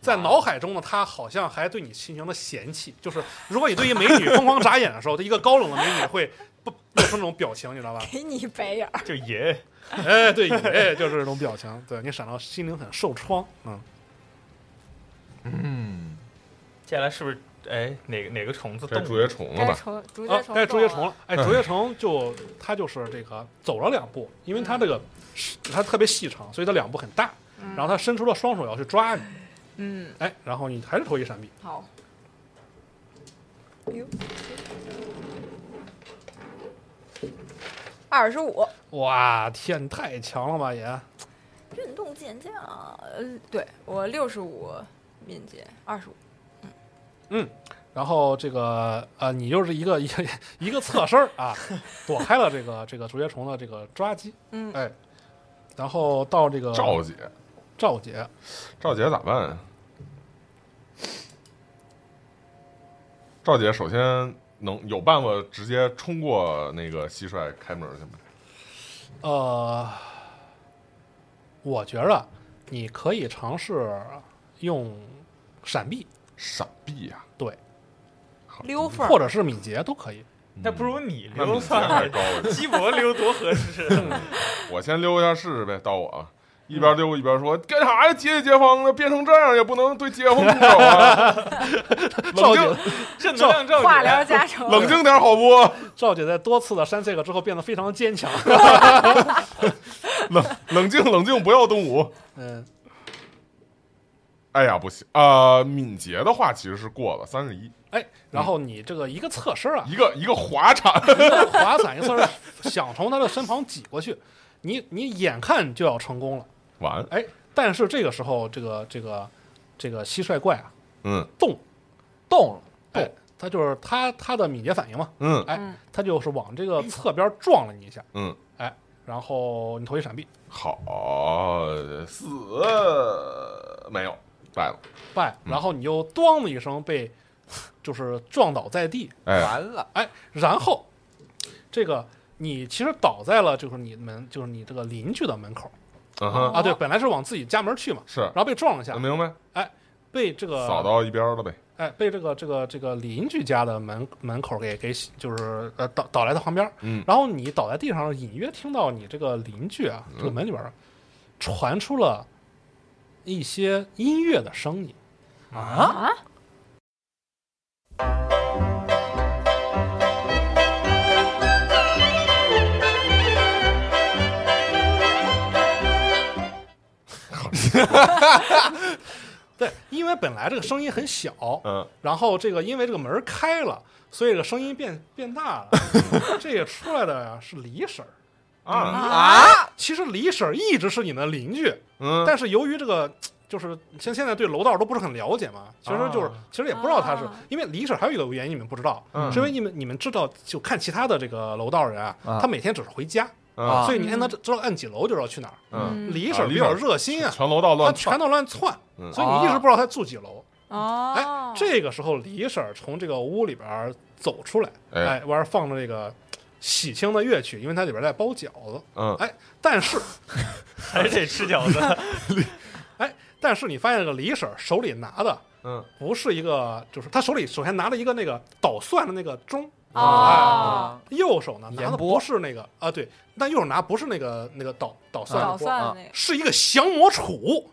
Speaker 4: 在脑海中呢，他好像还对你进行了嫌弃，就是如果你对一美女疯狂眨眼的时候，对一个高冷的美女会不露出那种表情，你知道吧？
Speaker 3: 给你白眼儿，
Speaker 2: 就爷，
Speaker 4: 哎，对，哎，就是这种表情，对你闪到心灵很受创，嗯，
Speaker 6: 嗯，
Speaker 2: 接下来是不是哎哪个哪个虫子
Speaker 5: 该
Speaker 2: 动
Speaker 5: 竹
Speaker 2: 了
Speaker 5: 叶虫了
Speaker 3: 该
Speaker 5: 吧？
Speaker 3: 虫竹
Speaker 4: 啊
Speaker 3: 节，虫，
Speaker 4: 该竹叶虫，了，哎，竹叶虫就它就是这个走了两步，因为它这个它特别细长，所以它两步很大，然后它伸出了双手要去抓你，
Speaker 3: 嗯，
Speaker 4: 哎，然后你还是投一闪避，
Speaker 3: 好。哎呦，二十五，
Speaker 4: 哇，天，你太强了吧也，
Speaker 3: 震动减价，呃，对我六十五敏捷，二十五，
Speaker 4: 然后这个呃，你就是一个 一个一个侧身儿 啊，躲开了这个这个竹节虫的这个抓击，
Speaker 3: 嗯
Speaker 4: 哎，然后到这个
Speaker 5: 赵姐，
Speaker 4: 赵姐，
Speaker 5: 赵姐咋办啊？赵姐首先能有办法直接冲过那个蟋蟀开门去吗？
Speaker 4: 呃，我觉着你可以尝试用闪避，
Speaker 5: 闪避呀、
Speaker 4: 对，
Speaker 3: 溜缝
Speaker 4: 或
Speaker 3: 儿，
Speaker 4: 者是敏捷都可以，
Speaker 2: 嗯那不如你
Speaker 5: 那
Speaker 2: 溜
Speaker 5: 敏捷
Speaker 2: 算
Speaker 5: 还 高
Speaker 2: 了，
Speaker 5: 了点，
Speaker 2: 鸡脖溜多合适。
Speaker 5: 我先溜一下试试呗，到我啊。一边溜一边说：“干啥呀？街里街坊的变成这样，也不能对街坊动 手啊！冷
Speaker 4: 赵
Speaker 5: 静
Speaker 4: 姐，
Speaker 2: 正能量照
Speaker 3: 化疗
Speaker 2: 姐，
Speaker 3: 加成，
Speaker 5: 冷静点好不？
Speaker 4: 赵姐在多次的扇 C 个之后变得非常坚 强，
Speaker 5: 冷冷静冷静，不要动武。
Speaker 4: 嗯，
Speaker 5: 哎呀，不行啊、呃敏捷的话其实是过了三十一，
Speaker 4: 哎，然后你这个一个侧身儿啊，
Speaker 5: 一个一个滑铲，
Speaker 4: 滑伞一侧身儿想从他的身旁挤过去，你你眼看就要成功了。
Speaker 5: 完，
Speaker 4: 哎，但是这个时候，这个这个这个蟋蟀怪啊，
Speaker 5: 嗯
Speaker 4: 动，
Speaker 6: 动了，
Speaker 4: 哎，它就是它它的敏捷反应嘛，
Speaker 5: 嗯
Speaker 4: 哎，它就是往这个侧边撞了你一下，
Speaker 5: 嗯，
Speaker 4: 哎，然后你投一闪避，
Speaker 5: 好死没有败了，
Speaker 4: 拜，
Speaker 5: 嗯
Speaker 4: 然后你又咣的一声被就是撞倒在地，
Speaker 5: 哎，
Speaker 6: 完了，
Speaker 4: 哎，然后这个你其实倒在了就是你们就是你这个邻居的门口
Speaker 5: 嗯哼，
Speaker 4: 啊，对，本来是往自己家门去嘛，
Speaker 5: 是
Speaker 4: 然后被撞了一下
Speaker 5: 能，明白？
Speaker 4: 被这个
Speaker 5: 扫到一边了呗，
Speaker 4: 哎，被这个这个这个邻居家的门门口给给就是呃倒倒来到旁边，
Speaker 5: 嗯
Speaker 4: 然后你倒在地上，隐约听到你这个邻居啊，这个
Speaker 5: 嗯
Speaker 4: 门里边儿传出了一些音乐的声音，
Speaker 5: 啊
Speaker 4: 对，因为本来这个声音很小，
Speaker 5: 嗯，
Speaker 4: 然后这个因为这个门儿开了，所以这个声音变变大了， 这也出来的呀是李婶儿。
Speaker 2: 嗯
Speaker 5: 啊，
Speaker 4: 其实李婶儿一直是你们的邻居，
Speaker 5: 嗯，
Speaker 4: 但是由于这个就是像现在对楼道都不是很了解嘛，其实就是、
Speaker 5: 啊
Speaker 4: 其实也不知道他是、
Speaker 3: 啊
Speaker 4: 因为李婶还有一个原因你们不知道，
Speaker 5: 嗯
Speaker 4: 是因为你们你们知道就看其他的这个楼道人啊，
Speaker 6: 啊
Speaker 4: 他每天只是回家，
Speaker 5: 啊
Speaker 4: 所以你看他知道按几楼就知道去哪儿。
Speaker 5: 嗯，
Speaker 3: 嗯
Speaker 4: 李婶
Speaker 5: 啊
Speaker 4: 比
Speaker 5: 李婶
Speaker 4: 较热心啊，
Speaker 5: 全楼道
Speaker 4: 他
Speaker 5: 乱窜
Speaker 4: 全，都乱窜，
Speaker 5: 嗯
Speaker 4: 所以你一直不知道他住几楼。
Speaker 3: 啊哦
Speaker 4: 哎，，这个时候李婶儿从这个屋里边儿走出来，
Speaker 5: 哎
Speaker 4: 哎，外边放着这个喜庆的乐曲，因为它里边在包饺子。
Speaker 5: 嗯
Speaker 4: 哎，但是
Speaker 2: 还是得吃饺子。
Speaker 4: 哎，但是你发现这个李婶儿手里拿的
Speaker 5: 嗯，
Speaker 4: 不是一个，就是她手里首先拿了一个那个捣蒜的那个钟，啊
Speaker 3: 哦，
Speaker 4: 右手呢拿
Speaker 6: 盐
Speaker 4: 的
Speaker 6: 钵
Speaker 4: 不是那个啊，对，但右手拿不是那个那个捣捣蒜
Speaker 3: 捣
Speaker 4: 的钵，
Speaker 3: 蒜的那个，
Speaker 4: 是一个降魔杵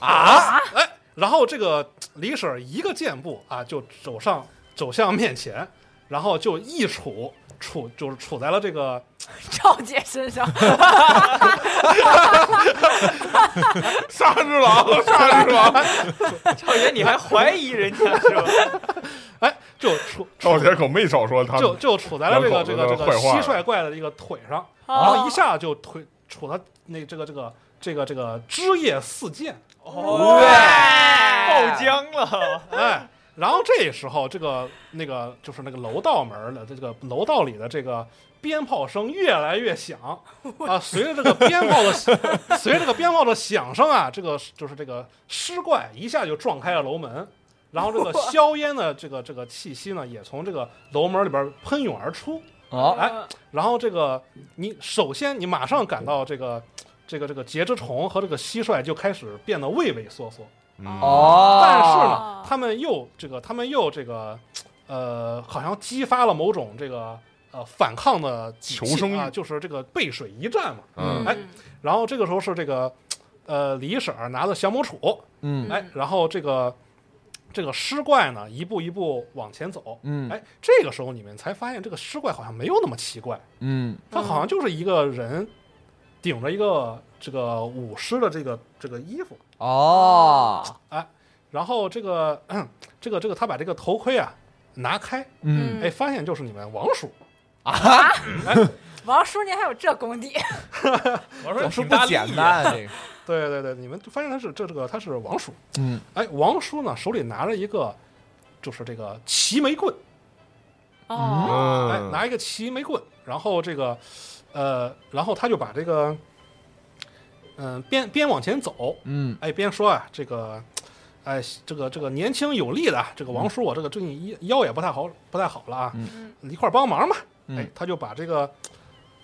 Speaker 4: 啊！哎，然后这个李婶儿一个箭步啊，就走上走向面前，然后就一杵杵就是杵在了这个
Speaker 3: 赵姐身 上，
Speaker 5: 杀只 狼，杀只狼，
Speaker 2: 赵姐，你还怀疑人家是吧？
Speaker 4: 哎，就杵
Speaker 5: 赵姐可没少说他
Speaker 4: 就
Speaker 5: 们，
Speaker 4: 就杵在了这
Speaker 5: 两口
Speaker 4: 个
Speaker 5: 子
Speaker 4: 这个这
Speaker 5: 的
Speaker 4: 个
Speaker 5: 坏话
Speaker 4: 蟋蟀怪的一个腿上，然
Speaker 3: 哦
Speaker 4: 后一下就腿杵他那这个这个这个这个枝叶四溅，
Speaker 2: 哦，
Speaker 6: 啊
Speaker 2: 爆浆了，
Speaker 4: 哎，然后这时候这个那个就是那个楼道门儿的这个楼道里的这个鞭炮声越来越响啊，随着这个鞭炮的随着这个鞭炮的响声啊，这个就是这个尸怪一下就撞开了楼门。然后这个硝烟的这个这个气息呢，也从这个楼门里边喷涌而出。
Speaker 3: 嗯
Speaker 6: 哦，
Speaker 4: 哎，然后这个你首先你马上感到这个这个这个节肢虫和这个蟋蟀就开始变得畏畏缩缩，
Speaker 5: 嗯
Speaker 3: 嗯
Speaker 7: 哦，
Speaker 4: 但是呢，他们又这个，他们又这个，呃，好像激发了某种这个呃反抗的底气
Speaker 5: 求生
Speaker 4: 啊，
Speaker 5: 欲
Speaker 4: 就是这个背水一战嘛。
Speaker 5: 嗯
Speaker 4: 哎，然后这个时候是这个，呃，李婶儿拿着降魔杵，
Speaker 6: 嗯
Speaker 4: 哎，然后这个这个尸怪呢，一步一步往前走。
Speaker 6: 嗯
Speaker 4: 哎，这个时候你们才发现，这个尸怪好像没有那么奇怪，
Speaker 6: 嗯
Speaker 4: 他好像就是一个人顶着一个这个武士的这个这个衣服，
Speaker 6: 哦，
Speaker 4: 然后这个嗯这个这个他把这个头盔啊拿开，
Speaker 6: 嗯
Speaker 4: 哎，发现就是你们王叔，
Speaker 3: 王叔您还有这功底，
Speaker 2: 我说
Speaker 6: 我
Speaker 2: 你
Speaker 6: 说
Speaker 2: 挺
Speaker 6: 不
Speaker 2: 大
Speaker 6: 简
Speaker 2: 力呀，
Speaker 6: 单，这个
Speaker 4: 对对对，你们就发现他是这这个他是王叔，
Speaker 6: 嗯
Speaker 4: 哎，王叔呢手里拿着一个就是这个齐眉棍，
Speaker 3: 哦，
Speaker 4: 哎，
Speaker 5: 嗯，
Speaker 4: 拿一个齐眉棍，然后这个呃，然后他就把这个嗯、边边往前走，
Speaker 6: 嗯
Speaker 4: 哎，边说啊这个。哎，这个这个年轻有力的啊这个王叔，我这个最近腰腰也不太好，不太好了啊，
Speaker 3: 嗯
Speaker 4: 一块儿帮忙吧。哎
Speaker 6: 嗯，
Speaker 4: 他就把这个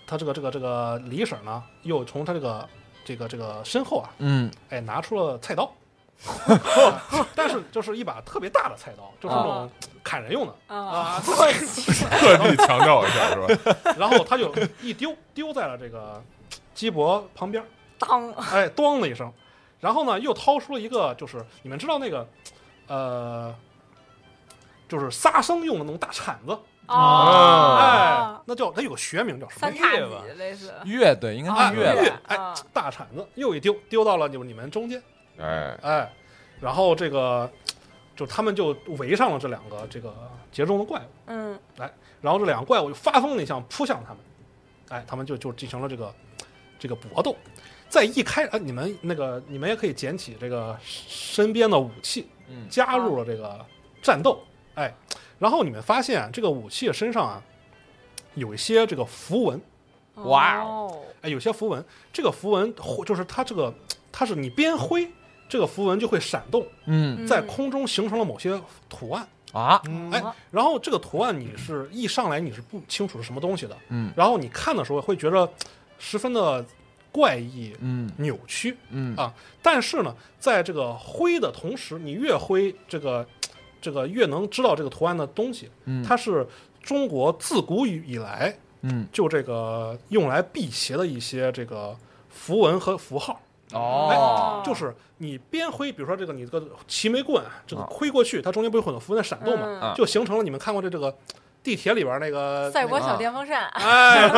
Speaker 4: 他这个这个这个李婶呢，又从他这个这个这个身后啊，
Speaker 6: 嗯
Speaker 4: 哎，拿出了菜刀，啊但是就是一把特别大的菜刀，就是那种砍人用的。
Speaker 3: 啊，
Speaker 5: 特地强调一下是吧？
Speaker 4: 然后他就一丢，丢在了这个鸡脖旁边，
Speaker 3: 当，
Speaker 4: 哎，咣的一声。然后呢，又掏出了一个，就是你们知道那个，呃，就是撒生用的那种大铲子，
Speaker 3: 哦，
Speaker 4: 哎，那叫它有个学名叫什么
Speaker 3: 三？叉戟类似，
Speaker 6: 乐队应该
Speaker 3: 啊
Speaker 6: 是乐队，
Speaker 4: 乐哎，大铲子又一丢，丢到了你们你们中间。
Speaker 5: 哎，
Speaker 4: 哎，然后这个就他们就围上了这两个这个节中的怪物，
Speaker 3: 嗯，
Speaker 4: 然后这两个怪物就发疯的一向扑向他们，哎，他们就就进行了这个这个搏斗。在一开，呃，你们那个你们也可以捡起这个身边的武器，
Speaker 6: 嗯
Speaker 4: 加入了这个战斗，哎，然后你们发现、啊这个武器身上啊有一些这个符文，
Speaker 6: 哇
Speaker 3: 哦，
Speaker 4: 哎，有些符文，这个符文或就是它这个它是你边挥，这个符文就会闪动，
Speaker 6: 嗯
Speaker 4: 在空中形成了某些图案。
Speaker 6: 啊，
Speaker 4: 哎，然后这个图案你是一上来你是不清楚是什么东西的，
Speaker 6: 嗯
Speaker 4: 然后你看的时候会觉得十分的怪异、
Speaker 6: 嗯
Speaker 4: 扭曲，
Speaker 6: 嗯
Speaker 4: 啊，但是呢，在这个挥的同时，你越挥这个这个越能知道这个图案的东西，
Speaker 6: 嗯
Speaker 4: 它是中国自古以来
Speaker 6: 嗯
Speaker 4: 就这个用来辟邪的一些这个符文和符号。
Speaker 6: 哦，
Speaker 4: 就是你边挥，比如说这个你这个齐眉棍啊，这个挥过去，它中间不是会有符文闪动
Speaker 3: 嗯
Speaker 4: 嘛
Speaker 6: 啊，
Speaker 4: 就形成了你们看过这这个地铁里边那个
Speaker 3: 赛博
Speaker 6: 啊
Speaker 4: 那个
Speaker 3: 小电风扇，
Speaker 4: 啊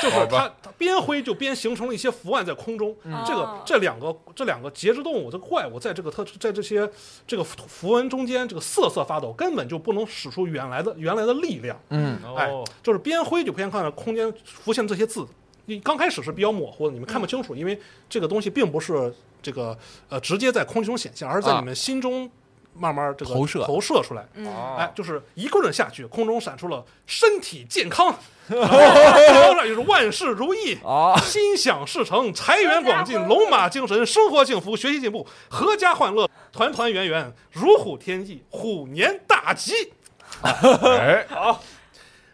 Speaker 4: 就是它它边挥就边形成了一些符案在空中。
Speaker 6: 嗯
Speaker 4: 这个
Speaker 3: 哦
Speaker 4: 这两个这两个节肢动物这个怪物在这个特在这些这个符符文中间这个瑟瑟发抖，根本就不能使出原来的原来的力量。
Speaker 6: 嗯
Speaker 4: 哎
Speaker 2: 哦，
Speaker 4: 就是边挥就边看着空间浮现这些字。你刚开始是比较模糊的，你们看不
Speaker 6: 嗯
Speaker 4: 清楚，因为这个东西并不是这个呃直接在空气中显现，而是在
Speaker 6: 啊
Speaker 4: 你们心中慢慢这个
Speaker 6: 投射哦
Speaker 4: 投射出来。
Speaker 3: 嗯，
Speaker 4: 哎，就是一棍下去，空中闪出了身体健 康， 然后上就是万事如意。
Speaker 6: 哦，
Speaker 4: 心想事成，财源广进，龙马精神，生活幸福，学习进步，阖家欢乐，团团圆圆，如虎添翼，虎年大吉。
Speaker 5: 哎，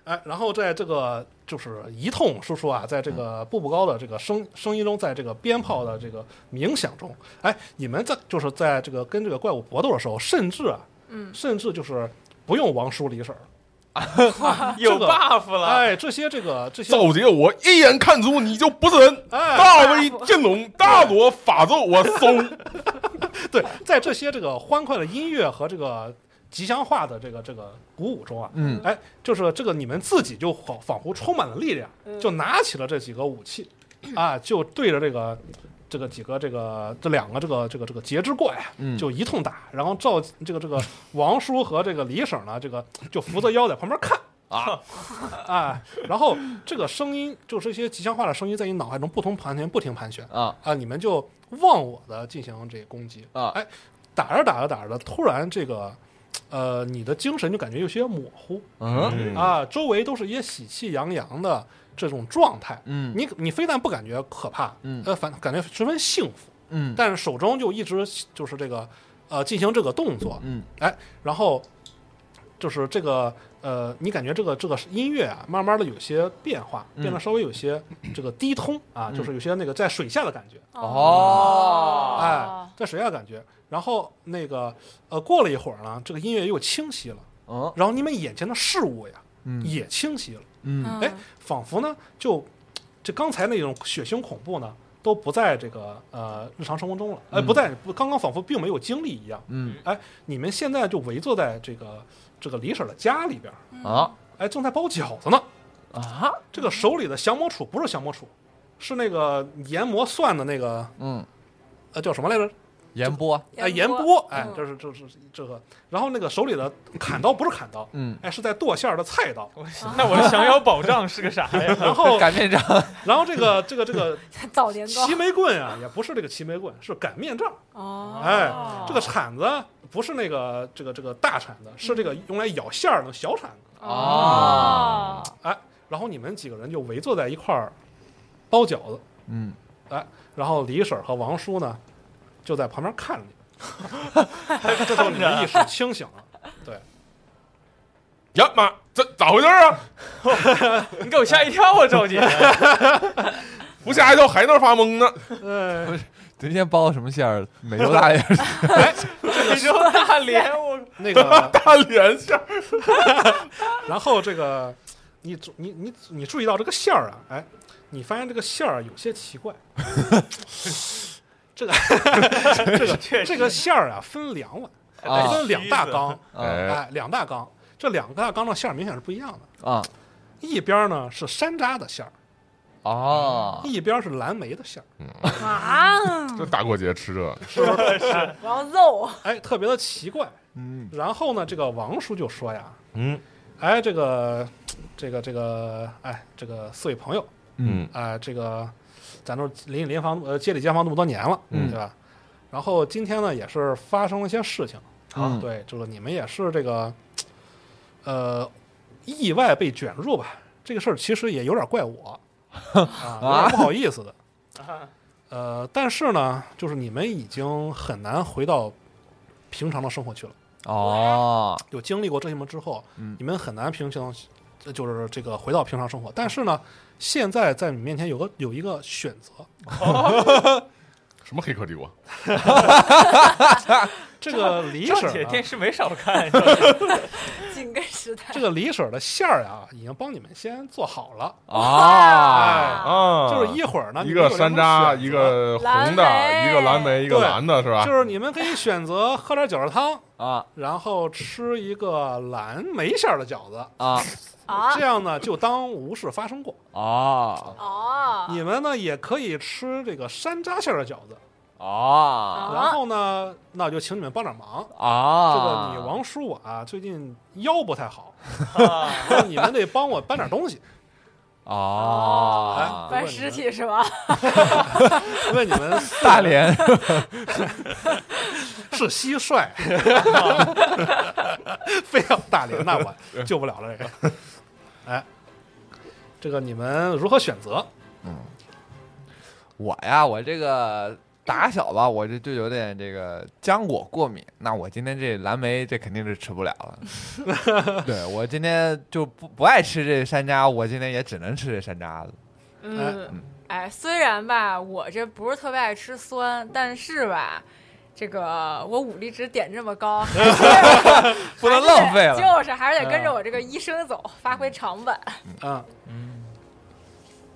Speaker 4: 哎，然后在这个就是一通输出啊，在这个步步高的这个声声音中，在这个鞭炮的这个鸣响中，哎，你们在就是在这个跟这个怪物搏斗的时候，甚至啊，
Speaker 3: 嗯
Speaker 4: 甚至就是不用王叔李婶儿，
Speaker 2: 有
Speaker 4: 这个
Speaker 2: buff 了，
Speaker 4: 哎，这些这个这些，
Speaker 5: 赵杰，我一眼看出你就不是人，
Speaker 4: 哎
Speaker 5: 大威震龙，大罗法咒，我松。
Speaker 4: 对，在这些这个欢快的音乐和这个吉祥话的这个这个鼓舞中啊，
Speaker 6: 嗯
Speaker 4: 哎，就是这个你们自己就仿仿佛充满了力量，就拿起了这几个武器，啊，就对着这个这个几个这个这两个这个这个这个节肢怪啊
Speaker 6: 嗯
Speaker 4: 就一通打，然后赵这个这个王叔和这个李婶呢，这个就扶着腰在旁边看。
Speaker 6: 啊
Speaker 4: 啊，然后这个声音，就这些吉祥话的声音，在你脑海中不同盘旋，不停盘旋
Speaker 6: 啊
Speaker 4: 啊，你们就忘我的进行这攻击
Speaker 6: 啊
Speaker 4: 哎，打着打着打着，突然这个，呃，你的精神就感觉有些模糊
Speaker 6: 嗯
Speaker 5: 嗯
Speaker 4: 啊，周围都是一些喜气洋洋的这种状态，
Speaker 6: 嗯
Speaker 4: 你你非但不感觉可怕，
Speaker 6: 嗯
Speaker 4: 呃，反感觉十分幸福，
Speaker 6: 嗯
Speaker 4: 但是手中就一直就是这个，呃，进行这个动作，
Speaker 6: 嗯
Speaker 4: 哎，然后就是这个呃，你感觉这个这个音乐啊，慢慢的有些变化，变
Speaker 6: 嗯
Speaker 4: 得稍微有些这个低通啊，就是有些那个在水下的感觉，
Speaker 6: 哦
Speaker 4: 哎，在水下的感觉。然后那个呃，过了一会儿呢，这个音乐又清晰了，
Speaker 6: 嗯
Speaker 4: 然后你们眼前的事物呀
Speaker 6: 嗯
Speaker 4: 也清晰了，
Speaker 6: 嗯
Speaker 3: 嗯
Speaker 4: 哎，仿佛呢就这刚才那种血腥恐怖呢。都不在这个呃日常生活中了，哎，
Speaker 6: 嗯
Speaker 4: 不在不刚刚仿佛并没有经历一样，哎
Speaker 6: 嗯
Speaker 4: 你们现在就围坐在这个这个李婶儿的家里边儿，
Speaker 6: 啊
Speaker 4: 哎，正在包饺子呢。
Speaker 6: 啊
Speaker 4: 这个手里的降魔杵不是降魔杵，是那个研磨蒜的那个
Speaker 6: 嗯，
Speaker 4: 呃叫什么来着？
Speaker 6: 盐波
Speaker 4: 哎，
Speaker 3: 盐
Speaker 4: 研
Speaker 3: 波
Speaker 4: 钵，哎
Speaker 3: 嗯，
Speaker 4: 这是这是这个。然后那个手里的砍刀不是砍刀，
Speaker 6: 嗯，哦
Speaker 4: 哎，是在剁馅儿的菜 刀。
Speaker 2: 我那我的降妖保障是个啥呀？
Speaker 4: 然后，
Speaker 6: 擀面杖，
Speaker 4: 然后这个这个这个
Speaker 3: 枣年糕
Speaker 4: 齐眉棍啊，也不是这个齐眉棍，是擀面杖。
Speaker 3: 哦，
Speaker 4: 哎，这个铲子不是那个这个这个大铲子，是这个用来舀馅儿的小铲子。
Speaker 6: 哦，
Speaker 4: 然后你们几个人就围坐在一块儿包饺子，
Speaker 6: 嗯
Speaker 4: 然后李婶儿和王叔呢就在旁边看着你们，这时候你们意识清醒了。
Speaker 5: 呀妈，这咋回事儿啊？
Speaker 2: 你给我吓一跳啊，赵姐！
Speaker 5: 不吓一跳还那儿发懵呢。
Speaker 4: 呃，
Speaker 6: 今天包的什么馅儿？美洲大 馅儿，
Speaker 2: 非洲大连，我
Speaker 4: 那个，
Speaker 5: 大连馅儿，
Speaker 4: 然后这个你注你你你注意到这个馅儿啊，哎，你发现这个馅儿啊有些奇怪，这个这个
Speaker 2: 确实
Speaker 4: 这个馅儿啊分两碗，
Speaker 6: 啊
Speaker 4: 分两大缸，
Speaker 6: 啊
Speaker 5: 哎
Speaker 4: 哎，两大缸，这两大缸的馅儿明显是不一样的，
Speaker 6: 啊
Speaker 4: 一边儿呢是山楂的馅儿，
Speaker 6: 哦，
Speaker 4: 一边儿是蓝莓的馅儿。
Speaker 3: 啊，
Speaker 5: 这大过节吃这，
Speaker 3: 我要肉，
Speaker 4: 哎，特别的奇怪。
Speaker 6: 嗯
Speaker 4: 然后呢，这个王叔就说呀，
Speaker 5: 嗯
Speaker 4: 哎，这个，这个，这个，哎，这个四位朋友，
Speaker 5: 嗯
Speaker 4: 啊、这个，咱都邻邻房呃街里街坊这么多年了，
Speaker 6: 嗯
Speaker 4: 对吧？然后今天呢，也是发生了一些事情，啊
Speaker 6: 嗯
Speaker 4: 对，就是你们也是这个，呃，意外被卷入吧。这个事儿其实也有点怪我，啊，有点不好意思的。
Speaker 2: 啊
Speaker 4: 呃，但是呢，就是你们已经很难回到平常的生活去了。
Speaker 6: 哦
Speaker 4: 有经历过这些之后，
Speaker 6: 嗯
Speaker 4: 你们很难平常，呃就是这个回到平常生活。但是呢，现在在你面前有个有一个选择，
Speaker 5: 什么黑客帝国？
Speaker 4: 这个李
Speaker 2: 赵
Speaker 4: 婶
Speaker 2: 姐
Speaker 4: 儿
Speaker 2: 电
Speaker 4: 啊，
Speaker 2: 视没少看，赵姐
Speaker 3: 紧跟时代
Speaker 4: 这。个李婶儿的馅儿啊，已经帮你们先做好了，
Speaker 6: 啊哦，
Speaker 3: 啊
Speaker 5: 啊，
Speaker 4: 就是一会儿呢，
Speaker 5: 一
Speaker 4: 你们
Speaker 5: 个
Speaker 4: 有
Speaker 5: 山
Speaker 4: 两种
Speaker 5: 楂，
Speaker 4: 选择
Speaker 5: 一个红的，
Speaker 3: 蓝莓
Speaker 5: 一个蓝莓，一个
Speaker 4: 对
Speaker 5: 蓝的，是吧？
Speaker 4: 就是你们可以选择喝点饺子汤，
Speaker 6: 啊
Speaker 4: 然后吃一个蓝莓馅儿的饺子，
Speaker 6: 啊
Speaker 3: 啊
Speaker 4: 这样呢就当无事发生过。
Speaker 6: 哦
Speaker 3: 哦，
Speaker 4: 你们呢也可以吃这个山楂馅儿的饺子，
Speaker 6: 哦
Speaker 3: 啊
Speaker 4: 然后呢，那就请你们帮点忙。
Speaker 6: 啊，
Speaker 4: 这个你王叔我啊，最近腰不太好，
Speaker 2: 啊，
Speaker 4: 那你们得帮我搬点东西。
Speaker 6: 哦，
Speaker 3: 搬尸体是吧？
Speaker 4: 因为你们
Speaker 6: 大连
Speaker 4: 是蟋蟀， 非要大连，那我救不了了这个。哎，这个你们如何选择？
Speaker 6: 我呀，我这个打小吧，我这就有点这个浆果过敏。那我今天这蓝莓，这肯定是吃不了了。 对我今天就不不爱吃这山楂，我今天也只能吃这山楂了。
Speaker 3: 嗯，哎，虽然吧，我这不是特别爱吃酸，但是吧。这个我武力值点这么高，还是
Speaker 6: 不能浪费
Speaker 3: 还
Speaker 6: 了
Speaker 3: 是得就是还是得跟着我这个医生走，发挥长本。
Speaker 4: 嗯，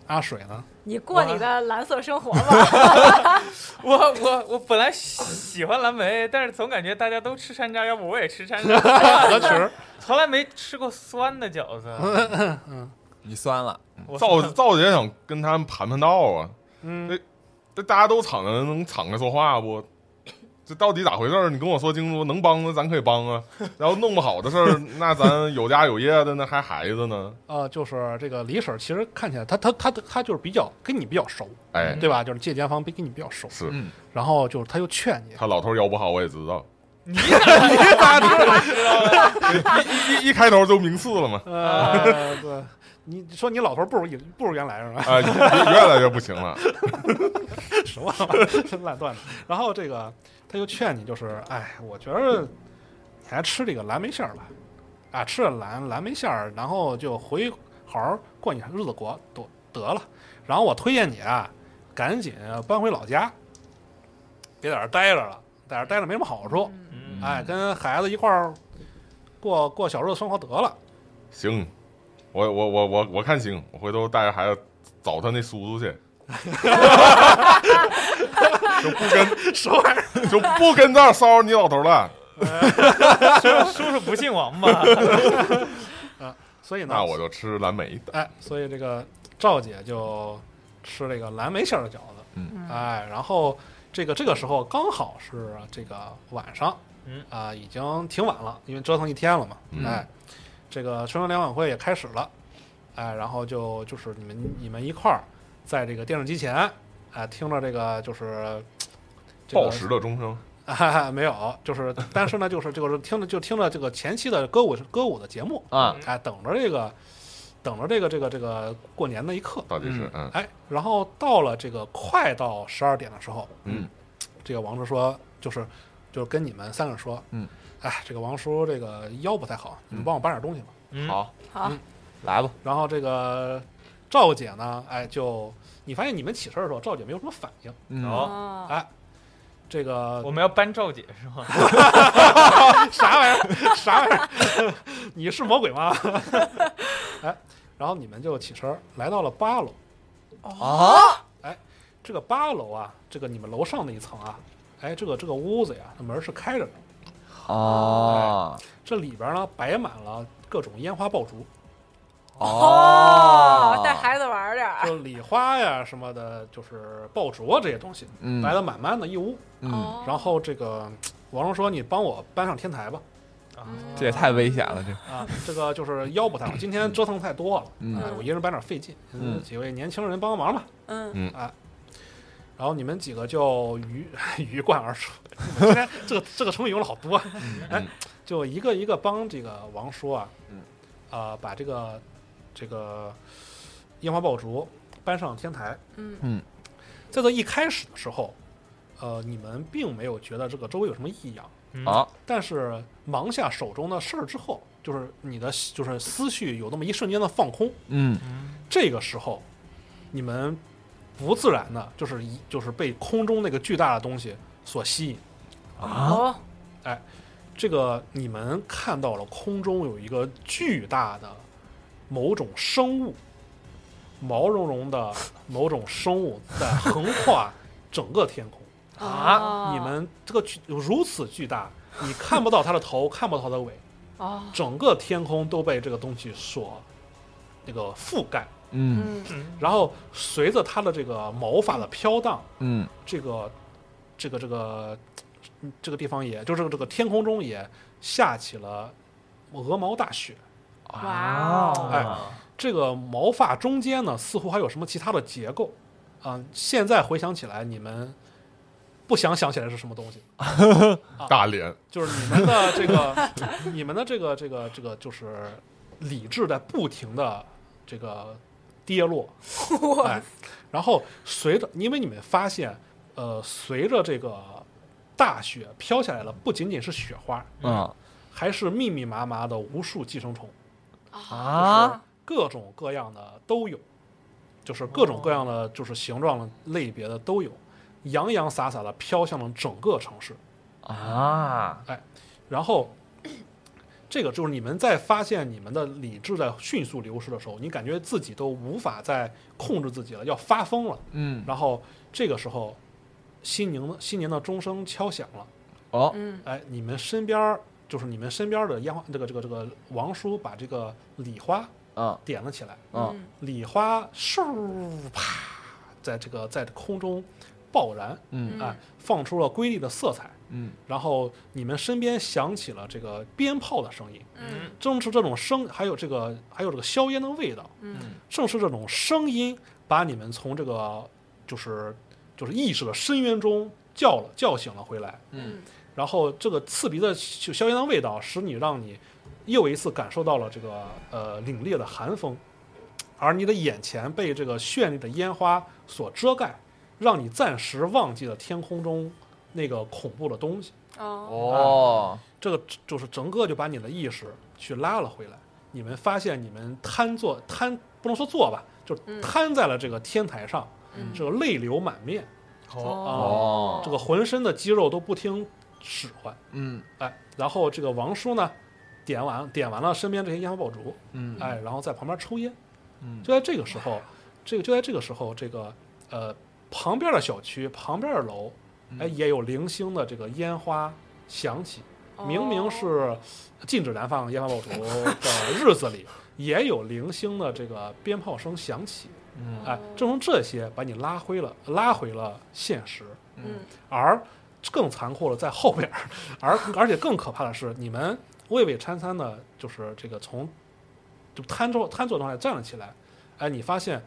Speaker 4: 阿水呢？
Speaker 3: 你过你的蓝色生活吧，
Speaker 2: 我我我本来喜喜欢蓝莓，但是总感觉大家都吃山楂，要不我也吃山 楂，
Speaker 4: 合群儿，
Speaker 2: 从来没吃过酸的饺子。
Speaker 6: 你酸了，
Speaker 2: 我
Speaker 5: 赵赵姐想跟他们盘盘道啊，
Speaker 4: 嗯
Speaker 5: 对这大家都敞着能敞开说话不？这到底咋回事儿？你跟我说清楚，能帮的咱可以帮啊，然后弄不好的事儿，那咱有家有业的，那还孩子呢，
Speaker 4: 呃，就是这个李婶，其实看起来她她她她就是比较跟你比较熟，
Speaker 5: 哎，
Speaker 4: 对吧？就是借家方比跟你比较熟，
Speaker 5: 是
Speaker 6: 嗯，
Speaker 4: 然后就是她又劝你，
Speaker 5: 他老头腰不好，我也知道，
Speaker 2: 你哪
Speaker 4: 你咋知 道？
Speaker 5: 一一开头就明示 了嘛，
Speaker 4: 呃，对，你说你老头儿不如以不如原来 是吧？
Speaker 5: 啊、越来越不行了，
Speaker 4: 什么玩意儿真烂段子。然后这个他就劝你，就是哎，我觉得你还吃这个蓝莓馅儿吧，啊，吃了蓝蓝莓馅儿，然后就回好好过你日子过得得了。然后我推荐你啊，赶紧搬回老家，别在这儿待着了，在这儿待着没什么好处。
Speaker 2: 嗯
Speaker 4: 哎，跟孩子一块儿过过小日子生活得了。
Speaker 5: 行，我我我我我看行，我回头带着孩子找他那叔叔去。 就不 跟
Speaker 4: 什么玩意儿？
Speaker 5: 就不跟这儿骚扰你老头了，
Speaker 2: 叔叔不姓王吧？
Speaker 4: 所以呢，
Speaker 5: 那我就吃蓝莓的。
Speaker 4: 哎，所以这个赵姐就吃这个蓝莓馅儿的饺子，
Speaker 6: 嗯
Speaker 4: 哎，然后这个这个时候刚好是这个晚上，
Speaker 2: 嗯
Speaker 4: 啊、已经挺晚了，因为折腾一天了嘛，
Speaker 5: 嗯
Speaker 4: 哎，这个春晚联晚会也开始了，哎，然后就就是你们你们一块儿在这个电视机前，哎，听着这个就是。这个
Speaker 5: 暴食的钟声，
Speaker 4: 啊，没有，就是，但是呢，就是就是听着就听着这个前期的歌舞歌舞的节目，
Speaker 6: 啊，
Speaker 4: 哎，等着这个，等着这个这个这个过年的一刻，
Speaker 5: 到底是嗯
Speaker 4: 哎，然后到了这个快到十二点的时候，
Speaker 5: 嗯，
Speaker 4: 这个王叔说，就是就是跟你们三个说，
Speaker 6: 嗯，
Speaker 4: 哎，这个王叔这个腰不太好，你们帮我搬点东西吧。
Speaker 2: 嗯，
Speaker 6: 好，
Speaker 3: 好，
Speaker 6: 来吧，
Speaker 4: 然后这个赵姐呢，哎，就你发现你们起身的时候，赵姐没有什么反应，
Speaker 6: 嗯，
Speaker 2: 好
Speaker 3: 哦
Speaker 4: 哎，这个
Speaker 2: 我们要搬赵姐是吗？
Speaker 4: 啥玩意儿？啥玩意儿？ 你是魔鬼吗？ 哎，然后你们就起身儿来到了八楼。
Speaker 6: 啊，
Speaker 4: 这个八楼啊，这个你们楼上那一层啊，哎，这个这个屋子呀，它门是开着的。
Speaker 6: 哦，
Speaker 4: 这里边呢摆满了各种烟花爆竹，
Speaker 3: 哦
Speaker 6: 哦，，
Speaker 3: 带孩子玩儿点儿，
Speaker 4: 就礼花呀什么的，就是爆竹啊这些东西，
Speaker 6: 嗯
Speaker 4: 摆的满满的一屋。
Speaker 6: 嗯，
Speaker 3: 哦
Speaker 4: 然后这个王蓉说：“你帮我搬上天台吧。”
Speaker 3: 嗯
Speaker 6: 这也太危险了，这，
Speaker 4: 啊，这个就是腰不太好，今天折腾太多了，
Speaker 6: 嗯
Speaker 4: 哎，我一个人搬点儿费劲，
Speaker 6: 嗯
Speaker 4: 几位年轻人帮个忙吧。
Speaker 3: 嗯
Speaker 4: 然后你们几个就鱼 鱼贯而出。我今天 这个这个成语用了好多，哎，就一个一个帮这个王叔啊，
Speaker 6: 嗯，
Speaker 4: 啊，把这个这个烟花爆竹搬上天台。
Speaker 3: 嗯
Speaker 4: 在这一开始的时候，呃，你们并没有觉得这个周围有什么异样，
Speaker 2: 嗯
Speaker 6: 啊，
Speaker 4: 但是忙下手中的事儿之后，就是你的就是思绪有那么一瞬间的放空。
Speaker 6: 嗯，
Speaker 4: 这个时候，你们不自然的，就是一就是被空中那个巨大的东西所吸引。
Speaker 3: 哦，
Speaker 4: 这个你们看到了空中有一个巨大的某种生物，毛茸茸的某种生物在横跨整个天空。
Speaker 3: 啊
Speaker 4: 你们这个巨如此巨大，你看不到它的头，看不到它的尾，
Speaker 3: 哦，
Speaker 4: 整个天空都被这个东西所那个覆盖。
Speaker 6: 嗯，
Speaker 3: 嗯
Speaker 4: 然后随着它的这个毛发的飘荡，
Speaker 6: 嗯，
Speaker 4: 这个这个这个嗯这个地方也就是这个天空中也下起了鹅毛大雪。
Speaker 3: 哇哦
Speaker 4: 哎这个毛发中间呢，似乎还有什么其他的结构。啊、现在回想起来，你们不想想起来是什么东西，
Speaker 5: 嗯
Speaker 4: 啊
Speaker 5: 大脸，
Speaker 4: 就是你们的这个你们的这个这个这个就是理智在不停的这个跌落，哎，然后随着，因为你们发现，呃，随着这个大雪飘下来了，不仅仅是雪花，
Speaker 6: 嗯，
Speaker 4: 还是密密麻麻的无数寄生虫，嗯
Speaker 3: 哦嗯
Speaker 6: 啊，
Speaker 4: 各种各样的都有，就是各种各样的就是形状的类别的都有，洋洋洒洒的飘向了整个城市。
Speaker 6: 啊，
Speaker 4: 然后，这个就是你们在发现你们的理智在迅速流失的时候，你感觉自己都无法再控制自己了，要发疯了。
Speaker 6: 嗯，
Speaker 4: 然后这个时候，新年的新年的钟声敲响了。
Speaker 6: 哦，
Speaker 3: 嗯
Speaker 4: 哎，你们身边儿就是你们身边儿的烟花，这个这个这个王叔把这个礼花
Speaker 6: 嗯，
Speaker 4: 点了起来，
Speaker 6: 嗯，
Speaker 3: 嗯
Speaker 4: 礼花嗖啪，在这个在空中爆燃，
Speaker 6: 嗯
Speaker 4: 哎，放出了瑰丽的色彩。
Speaker 6: 嗯，
Speaker 4: 然后你们身边响起了这个鞭炮的声音，
Speaker 3: 嗯
Speaker 4: 正是这种声，还有这个还有这个硝烟的味道，
Speaker 3: 嗯
Speaker 4: 正是这种声音把你们从这个就是就是意识的深渊中叫了叫醒了回来。
Speaker 3: 嗯
Speaker 4: 然后这个刺鼻的就硝烟的味道，使你让你又一次感受到了这个呃凛冽的寒风，而你的眼前被这个绚丽的烟花所遮盖，让你暂时忘记了天空中那个恐怖的东西。
Speaker 3: 哦
Speaker 6: 哦，
Speaker 4: 这个就是整个就把你的意识去拉了回来。你们发现你们瘫坐瘫不能说坐吧，就
Speaker 3: 嗯
Speaker 4: 瘫在了这个天台上，
Speaker 3: 嗯
Speaker 4: 这个泪流满面，
Speaker 2: 哦，
Speaker 6: 哦
Speaker 4: 这个浑身的肌肉都不听使唤。
Speaker 6: 嗯
Speaker 4: 哎，然后这个王叔呢，点完点完了身边这些烟花爆竹，
Speaker 6: 嗯
Speaker 4: 哎，然后在旁边抽烟。
Speaker 6: 嗯
Speaker 4: 就在这个时候，这个就在这个时候，这个呃旁边的小区旁边的楼，
Speaker 6: 嗯
Speaker 4: 哎也有零星的这个烟花响起。明明
Speaker 3: 哦
Speaker 4: 是禁止燃放烟花爆竹的日子里，也有零星的这个鞭炮声响起。
Speaker 2: 哦
Speaker 6: 嗯
Speaker 4: 哎，正从这些把你拉回了拉回了现实。
Speaker 3: 嗯
Speaker 4: 而更残酷的在后边儿， 而而且更可怕的是，你们畏畏参参的，就是这个从就瘫坐瘫坐状态站了起来，哎，你发现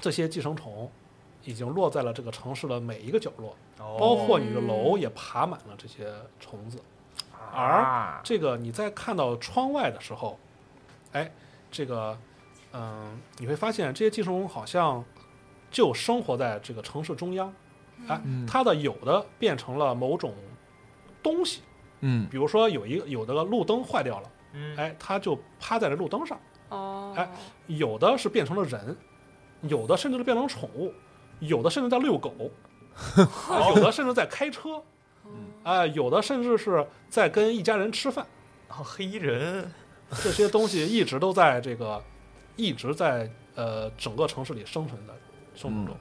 Speaker 4: 这些寄生虫已经落在了这个城市的每一个角落，
Speaker 2: 哦
Speaker 4: 包括你的楼也爬满了这些虫子。而
Speaker 2: 啊
Speaker 4: 这个你在看到窗外的时候，哎，这个嗯，你会发现这些寄生虫好像就生活在这个城市中央。哎，
Speaker 6: 嗯
Speaker 4: 它的有的变成了某种东西，
Speaker 6: 嗯
Speaker 4: 比如说有一个有的路灯坏掉了，
Speaker 2: 嗯，
Speaker 4: 哎，它就趴在了路灯上；
Speaker 3: 哦，
Speaker 4: 哎有的是变成了人，有的甚至是变成宠物，有的甚至在遛狗，有的甚至在开车，哎，有的甚至是在跟一家人吃饭。
Speaker 2: 哦，黑衣人，
Speaker 4: 这些东西一直都在这个，一直在呃整个城市里生存在生存中。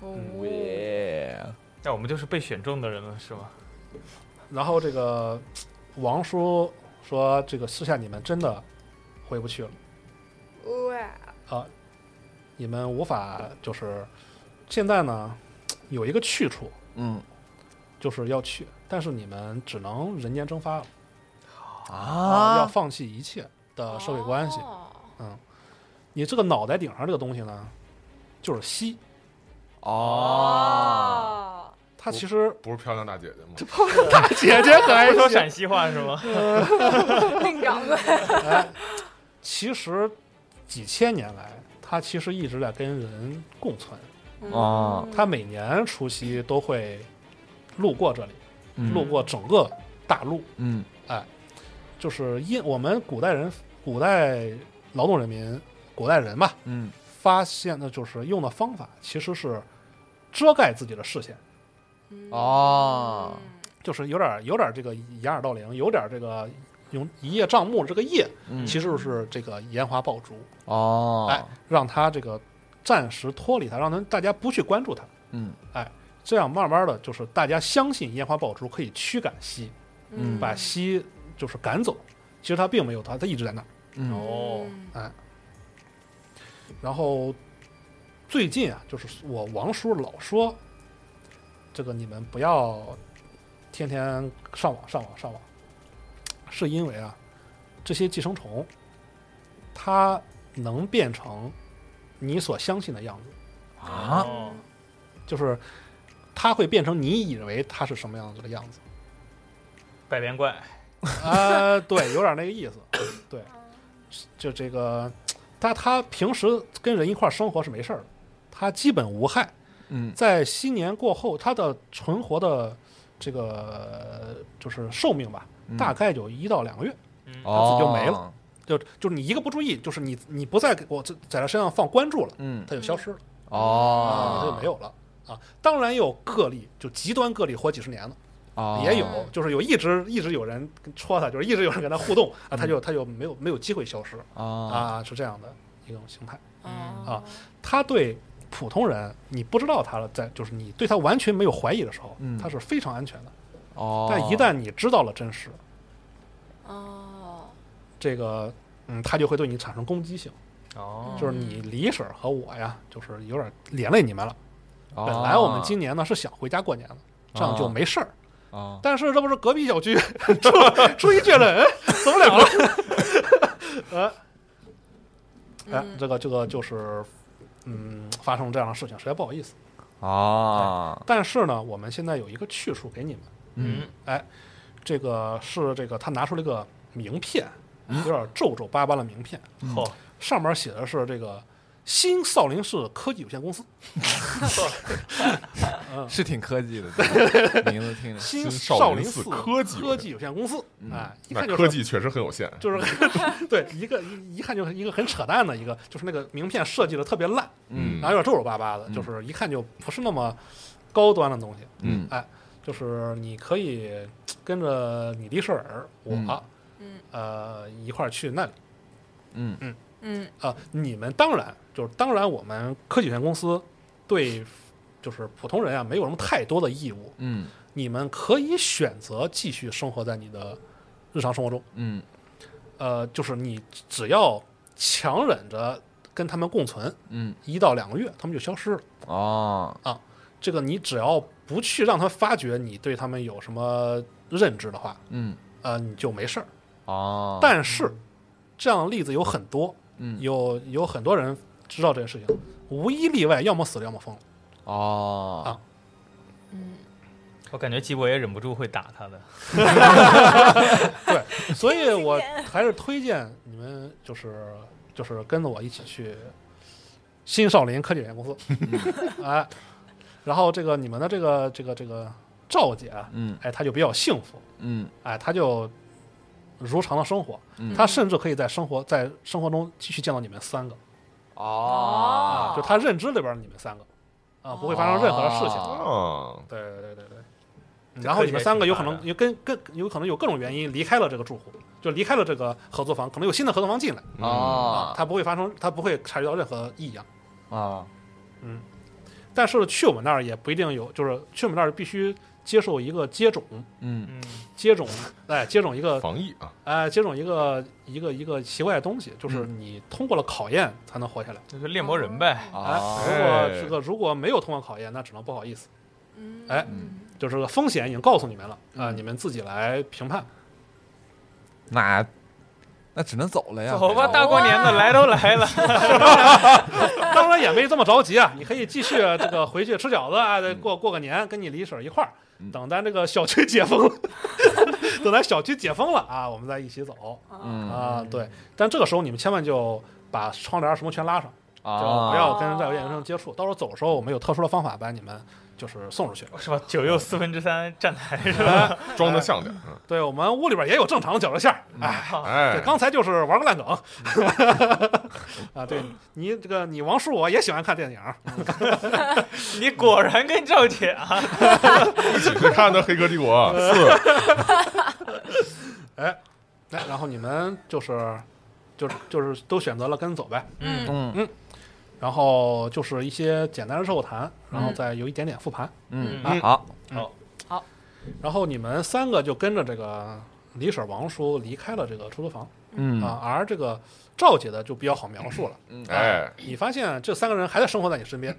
Speaker 3: 哦
Speaker 6: 耶，
Speaker 2: 那我们就是被选中的人了，是吗？
Speaker 4: 然后这个王叔说：“这个私下你们真的回不去了
Speaker 3: 哇，
Speaker 4: 啊，你们无法就是现在呢有一个去处，
Speaker 6: 嗯
Speaker 4: 就是要去，但是你们只能人间蒸发了
Speaker 6: 啊
Speaker 4: 要放弃一切的社会关系。
Speaker 3: 哦
Speaker 4: 你这个脑袋顶上这个东西呢，就是息，
Speaker 6: 哦，
Speaker 3: 哦，
Speaker 4: 它其实
Speaker 5: 不是漂亮大姐姐吗？
Speaker 4: 姐姐可 爱
Speaker 2: 不说陕西话是吗？
Speaker 3: 另岗位，
Speaker 4: 其实几千年来，它其实一直在跟人共存。
Speaker 6: 哦
Speaker 3: 嗯
Speaker 4: 它每年除夕都会路过这里，
Speaker 6: 嗯
Speaker 4: 路过整个大陆。哎
Speaker 6: 嗯
Speaker 4: 就是因我们古代人、古代劳动人民、古代人吧，
Speaker 6: 嗯
Speaker 4: 发现的就是用的方法其实是遮盖自己的视线，
Speaker 3: 嗯
Speaker 6: 哦，
Speaker 4: 就是有点有点这个掩耳盗铃，有点这个用一叶障目这个叶，
Speaker 6: 嗯
Speaker 4: 其实就是这个烟花爆竹，哎
Speaker 6: 哦，，
Speaker 4: 让它这个暂时脱离它，让咱大家不去关注它。哎
Speaker 6: 嗯
Speaker 4: 这样慢慢的就是大家相信烟花爆竹可以驱赶吸，
Speaker 6: 嗯
Speaker 4: 把吸就是赶走。其实它并没有它，它一直在那儿。
Speaker 6: 嗯
Speaker 2: 哦，
Speaker 4: 然后最近啊，就是我王叔老说，这个你们不要天天上网上网上网，是因为啊，这些寄生虫，它能变成你所相信的样子，
Speaker 6: 啊，
Speaker 2: 哦
Speaker 4: 就是它会变成你以为它是什么样子的样子。
Speaker 2: 百变怪，
Speaker 4: 啊，对，有点那个意思， 对，就这个，但他平时跟人一块儿生活是没事儿的，他基本无害，
Speaker 6: 嗯
Speaker 4: 在新年过后，他的存活的这个就是寿命吧，大概有一到两个月，
Speaker 6: 哦，
Speaker 4: 就没了，就就是你一个不注意，就是你你不再给我在在他身上放关注了，
Speaker 6: 嗯
Speaker 4: 他就消失了，
Speaker 6: 哦
Speaker 4: 啊，，他就没有了。啊，当然有个例，就极端个例活几十年的，
Speaker 6: 哦，
Speaker 4: 也有，就是有一直一直有人跟戳他，就是一直有人跟他互动啊，他
Speaker 6: 嗯
Speaker 4: 就他就没有没有机会消失
Speaker 6: 啊
Speaker 4: 啊，是这样的一种形态。
Speaker 3: 啊
Speaker 4: 他对普通人，你不知道他了，在就是你对他完全没有怀疑的时候
Speaker 6: 嗯，
Speaker 4: 他是非常安全的。
Speaker 6: 哦，
Speaker 4: 但一旦你知道了真实，
Speaker 3: 哦，
Speaker 4: 这个嗯，他就会对你产生攻击性，
Speaker 2: 哦，
Speaker 4: 就是你李婶儿和我呀，就是有点连累你们了。
Speaker 6: 本
Speaker 4: 本来我们今年呢是想回家过年的，这样就没事儿。
Speaker 6: 啊
Speaker 4: 但是这不是隔壁小区 出出一确诊，哎怎么了？
Speaker 5: 啊
Speaker 4: 哎，
Speaker 5: 嗯
Speaker 4: 哎，这个这个就是，嗯，发生这样的事情，实在不好意思。
Speaker 6: 啊，
Speaker 4: 但是呢，我们现在有一个去处给你们，
Speaker 2: 嗯，
Speaker 4: 这个是这个他拿出了一个
Speaker 5: 嗯
Speaker 4: 名片，有点皱皱巴巴的名片，
Speaker 2: 好，
Speaker 4: 上面写的是这个新少林寺科技有限公司，
Speaker 6: 是挺科技的，对吧名字听着
Speaker 4: 新
Speaker 5: 少
Speaker 4: 林
Speaker 5: 林
Speaker 4: 寺
Speaker 5: 寺科技有限嗯
Speaker 4: 科技有限公司，哎，一
Speaker 5: 那
Speaker 4: 看就
Speaker 5: 科
Speaker 4: 是
Speaker 5: 技确实很有限。
Speaker 4: 就是 对一个一一看就是一个很扯淡的一个，就是那个名片设计的特别烂，
Speaker 6: 嗯
Speaker 4: 然后有点皱皱巴巴的，就是一看就不是那么高端的东西。
Speaker 6: 嗯
Speaker 4: 哎，就是你可以跟着你的舍尔我，
Speaker 3: 嗯
Speaker 4: 呃一块儿去那里
Speaker 6: 嗯
Speaker 3: 嗯
Speaker 4: 啊、你们当然就是当然，我们科技有限公司对就是普通人啊没有什么太多的义务，
Speaker 6: 嗯
Speaker 4: 你们可以选择继续生活在你的日常生活中。
Speaker 6: 嗯
Speaker 4: 呃，就是你只要强忍着跟他们共存
Speaker 6: 嗯
Speaker 4: 一到两个月，他们就消失了。
Speaker 6: 哦
Speaker 4: 这个你只要不去让他发觉你对他们有什么认知的话，
Speaker 6: 嗯
Speaker 4: 呃，你就没事儿。
Speaker 6: 哦，
Speaker 4: 但是这样的例子有很多，
Speaker 6: 嗯
Speaker 4: 有有很多人知道这件事情，无一例外，要么死了，要么疯 了。啊
Speaker 6: 哦
Speaker 3: 嗯，
Speaker 2: 我感觉吉博也忍不住会打他的。
Speaker 4: 对，所以我还是推荐你们就是就是跟着我一起去新少林科技有限 公司，哎，然后这个你们的这个这个这个赵姐，
Speaker 6: 嗯
Speaker 4: 哎，她就比较幸福，
Speaker 6: 嗯
Speaker 4: 哎，她就如常的生活，
Speaker 6: 嗯
Speaker 4: 她甚至可以在生活在生活中继续见到你们三个，
Speaker 6: 哦，
Speaker 4: 就她认知里边你们三个，啊，不会发生任何的事情。
Speaker 5: 啊，
Speaker 6: 哦
Speaker 4: 对对对对对。
Speaker 2: 这
Speaker 4: 然后
Speaker 2: 科
Speaker 4: 你
Speaker 2: 学
Speaker 4: 们
Speaker 2: 也
Speaker 4: 三个
Speaker 2: 挺
Speaker 4: 有
Speaker 2: 发
Speaker 4: 可能
Speaker 2: 达
Speaker 4: 有跟跟有可能有各种原因离开了这个住户，就离开了这个合作方，可能有新的合作方进来，
Speaker 5: 嗯
Speaker 4: 啊
Speaker 6: 哦
Speaker 4: 它不会发生，它不会察觉到任何异样。
Speaker 6: 啊
Speaker 4: 但是去我们那儿也不一定有，就是去我们那儿必须接受一个接种，
Speaker 6: 嗯
Speaker 2: 嗯，
Speaker 4: 接种，哎，接种一个，
Speaker 5: 防疫啊，
Speaker 4: 哎，接种一个一个一个奇怪的东西，就是
Speaker 6: 嗯
Speaker 4: 你通过了考验才能活下来。
Speaker 2: 就是猎魔人呗。
Speaker 4: 哎，
Speaker 6: 啊
Speaker 4: 如果这个如果没有通过考验，那只能不好意思，
Speaker 3: 嗯
Speaker 4: 哎
Speaker 3: 嗯
Speaker 4: 就是这个风险已经告诉你们了，啊，
Speaker 6: 嗯
Speaker 4: 你们自己来评判。
Speaker 6: 那那只能走了呀，
Speaker 2: 哦走吧，
Speaker 3: 走
Speaker 2: 大过年的
Speaker 3: 啊
Speaker 2: 来都来了，
Speaker 4: 当然也没这么着急啊，你可以继续这个回去吃饺子啊，再过过个年，跟你李婶儿一块儿
Speaker 6: 嗯，
Speaker 4: 等咱这个小区解封了， 等咱小区解封了啊，我们再一起走
Speaker 6: 嗯
Speaker 4: 啊。对，但这个时候你们千万就把窗帘儿什么全拉上，就
Speaker 6: 啊
Speaker 4: 不要跟在有眼生接触。到时候走的时候，我们有特殊的方法把你们就是送出去。
Speaker 6: 嗯
Speaker 2: 是吧？九又四分之三站 台是吧？
Speaker 4: 哎
Speaker 5: 装的像点儿。嗯
Speaker 4: 对我们屋里边也有正常的饺子馅儿，
Speaker 6: 嗯
Speaker 4: 哎，对，
Speaker 5: 哎，
Speaker 4: 刚才就是玩个烂梗 啊。对你这个你王叔我也喜欢看电影儿，
Speaker 2: 你果然跟赵姐啊，
Speaker 5: 一起去看的《黑客帝国》 四，
Speaker 4: 哎，来，然后你们就是，就是就是都选择了跟走呗，
Speaker 2: 嗯
Speaker 6: 嗯
Speaker 4: 然后就是一些简单的事后谈，然后再有一点点复盘，
Speaker 6: 嗯
Speaker 2: 嗯
Speaker 6: 好
Speaker 4: 然后你们三个就跟着这个李婶、王叔离开了这个出租房、
Speaker 6: 嗯
Speaker 4: 啊，而这个赵姐的就比较好描述了，
Speaker 5: 哎，
Speaker 4: 你发现这三个人还在生活在你身边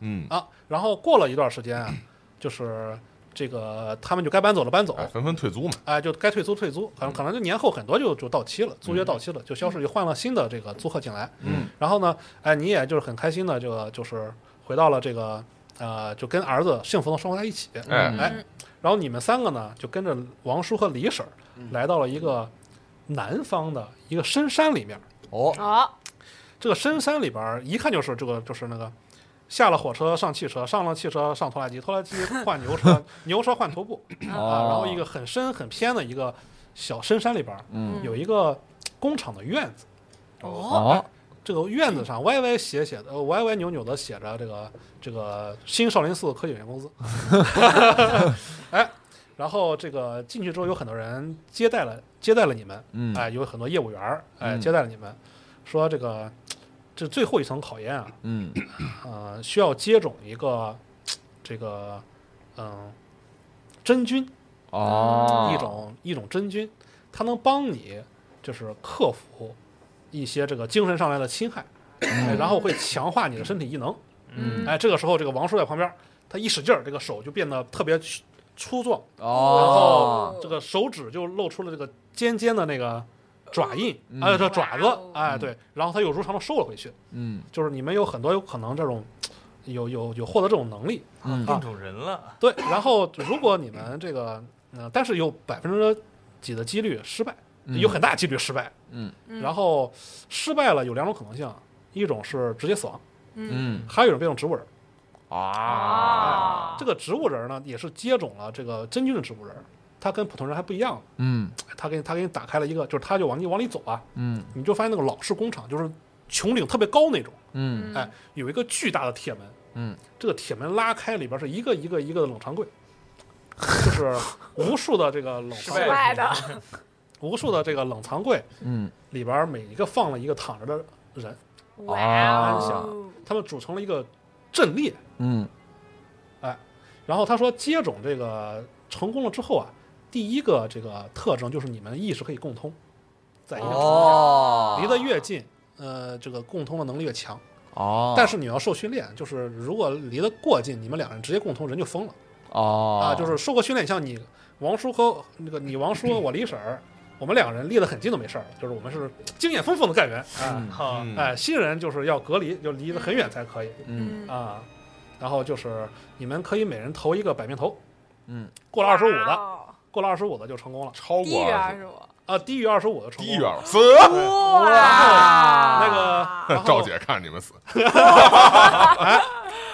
Speaker 5: 嗯，
Speaker 4: 啊，然后过了一段时间啊，就是。这个他们就该搬走了，搬走，
Speaker 5: 哎，纷纷退租嘛，
Speaker 4: 哎，就该退租退租，可能可能就年后很多就就到期了，租约到期了就消失，就换了新的这个租客进来。
Speaker 6: 嗯，
Speaker 4: 然后呢，哎，你也就是很开心的，这个就是回到了这个呃，就跟儿子幸福的生活在一起。
Speaker 2: 嗯
Speaker 5: 哎，
Speaker 4: 哎，然后你们三个呢，就跟着王叔和李婶儿来到了一个南方的一个深山里面。
Speaker 6: 哦
Speaker 3: 好，
Speaker 4: 这个深山里边儿一看就是这个就是那个。下了火车上汽车，上了汽车上拖拉机，拖拉机换牛车，牛车换徒步，啊，然后一个很深很偏的一个小深山里边儿，
Speaker 6: 嗯
Speaker 4: 有一个工厂的院子，
Speaker 3: 哦，
Speaker 6: 哦
Speaker 4: 这个院子
Speaker 6: 嗯
Speaker 4: 上歪歪斜斜的、呃歪歪扭扭的写着这个这个新少林寺科技有限 公司，哎，然后这个进去之后有很多人接待了接待了你们，
Speaker 6: 嗯
Speaker 4: 哎，有很多业务员儿哎
Speaker 6: 嗯
Speaker 4: 接待了你们，说这个这最后一层考验啊，
Speaker 6: 嗯
Speaker 4: 呃，需要接种一个这个嗯、真菌，
Speaker 6: 哦
Speaker 4: 一种一种真菌，它能帮你就是克服一些这个精神上来的侵害，哎然后会强化你的身体异能。
Speaker 6: 嗯
Speaker 4: 哎，这个时候这个王叔在旁边，他一使劲儿，这个手就变得特别粗壮，
Speaker 6: 哦
Speaker 4: 这个手指就露出了这个尖尖的那个爪印，
Speaker 6: 嗯
Speaker 4: 哎，这爪子
Speaker 3: 哇哦，
Speaker 4: 哎，对，然后他又如常的收了回去。
Speaker 6: 嗯
Speaker 4: 就是你们有很多有可能这种有有有获得这种能力，
Speaker 6: 嗯
Speaker 2: 变种人了，
Speaker 4: 对，然后如果你们这个，呃，但是有百分之几的几率失败，
Speaker 6: 嗯
Speaker 4: 有很大几率失败。
Speaker 6: 嗯
Speaker 3: 嗯
Speaker 4: 然后失败了有两种可能性，一种是直接死亡，
Speaker 3: 嗯
Speaker 6: 嗯
Speaker 4: 还有一种变成植物人。
Speaker 3: 哦
Speaker 6: 啊，
Speaker 4: 哎这个植物人呢，也是接种了这个真菌的植物人，他跟普通人还不一样，
Speaker 6: 嗯
Speaker 4: 他给你他给你打开了一个，就是他就往你往里走啊，
Speaker 6: 嗯
Speaker 4: 你就发现那个老式工厂就是穹顶特别高那种，
Speaker 6: 嗯
Speaker 4: 哎，有一个巨大的铁门，
Speaker 6: 嗯，
Speaker 4: 这个铁门拉开，里边是一个一个一个的冷藏柜，就是无数的这个冷
Speaker 2: 失
Speaker 4: 藏
Speaker 2: 败
Speaker 4: 柜，
Speaker 3: 坏的，
Speaker 4: 无数的这个冷藏柜
Speaker 6: 嗯
Speaker 4: 里边每一个放了一个躺着的人，
Speaker 3: 哇哦
Speaker 6: 啊，
Speaker 4: 他们组成了一个阵列。
Speaker 6: 嗯
Speaker 4: 然后他说，接种这个成功了之后啊，第一个这个特征就是你们意识可以共通，在一个
Speaker 6: 哦
Speaker 4: 离得越近，呃，这个共通的能力越强。
Speaker 6: 哦，
Speaker 4: 但是你要受训练，就是如果离得过近，你们两人直接共通，人就疯了。
Speaker 6: 哦
Speaker 4: 啊，就是受过训练，像你王叔和那个你王叔，我李婶儿，我们两个人离得很近都没事儿，就是我们是经验丰富的干员啊，
Speaker 6: 嗯
Speaker 2: 好，
Speaker 5: 嗯
Speaker 4: 哎，新人就是要隔离，就离得很远才可以
Speaker 6: 嗯
Speaker 4: 啊。然后就是你们可以每人投一个百面头，
Speaker 6: 嗯
Speaker 4: 过了二十五的，
Speaker 3: 哇哦
Speaker 4: 过了二十五的就成功了
Speaker 5: 超
Speaker 3: 低
Speaker 5: 过
Speaker 3: 于
Speaker 5: 二
Speaker 3: 二
Speaker 5: 十，
Speaker 3: 十五，
Speaker 4: 啊，低于二十五的成
Speaker 5: 低
Speaker 4: 功
Speaker 5: 于
Speaker 4: 了。
Speaker 5: 二十，死！
Speaker 3: 哇
Speaker 4: 那个，然
Speaker 5: 赵
Speaker 4: 后
Speaker 5: 姐看着你们死，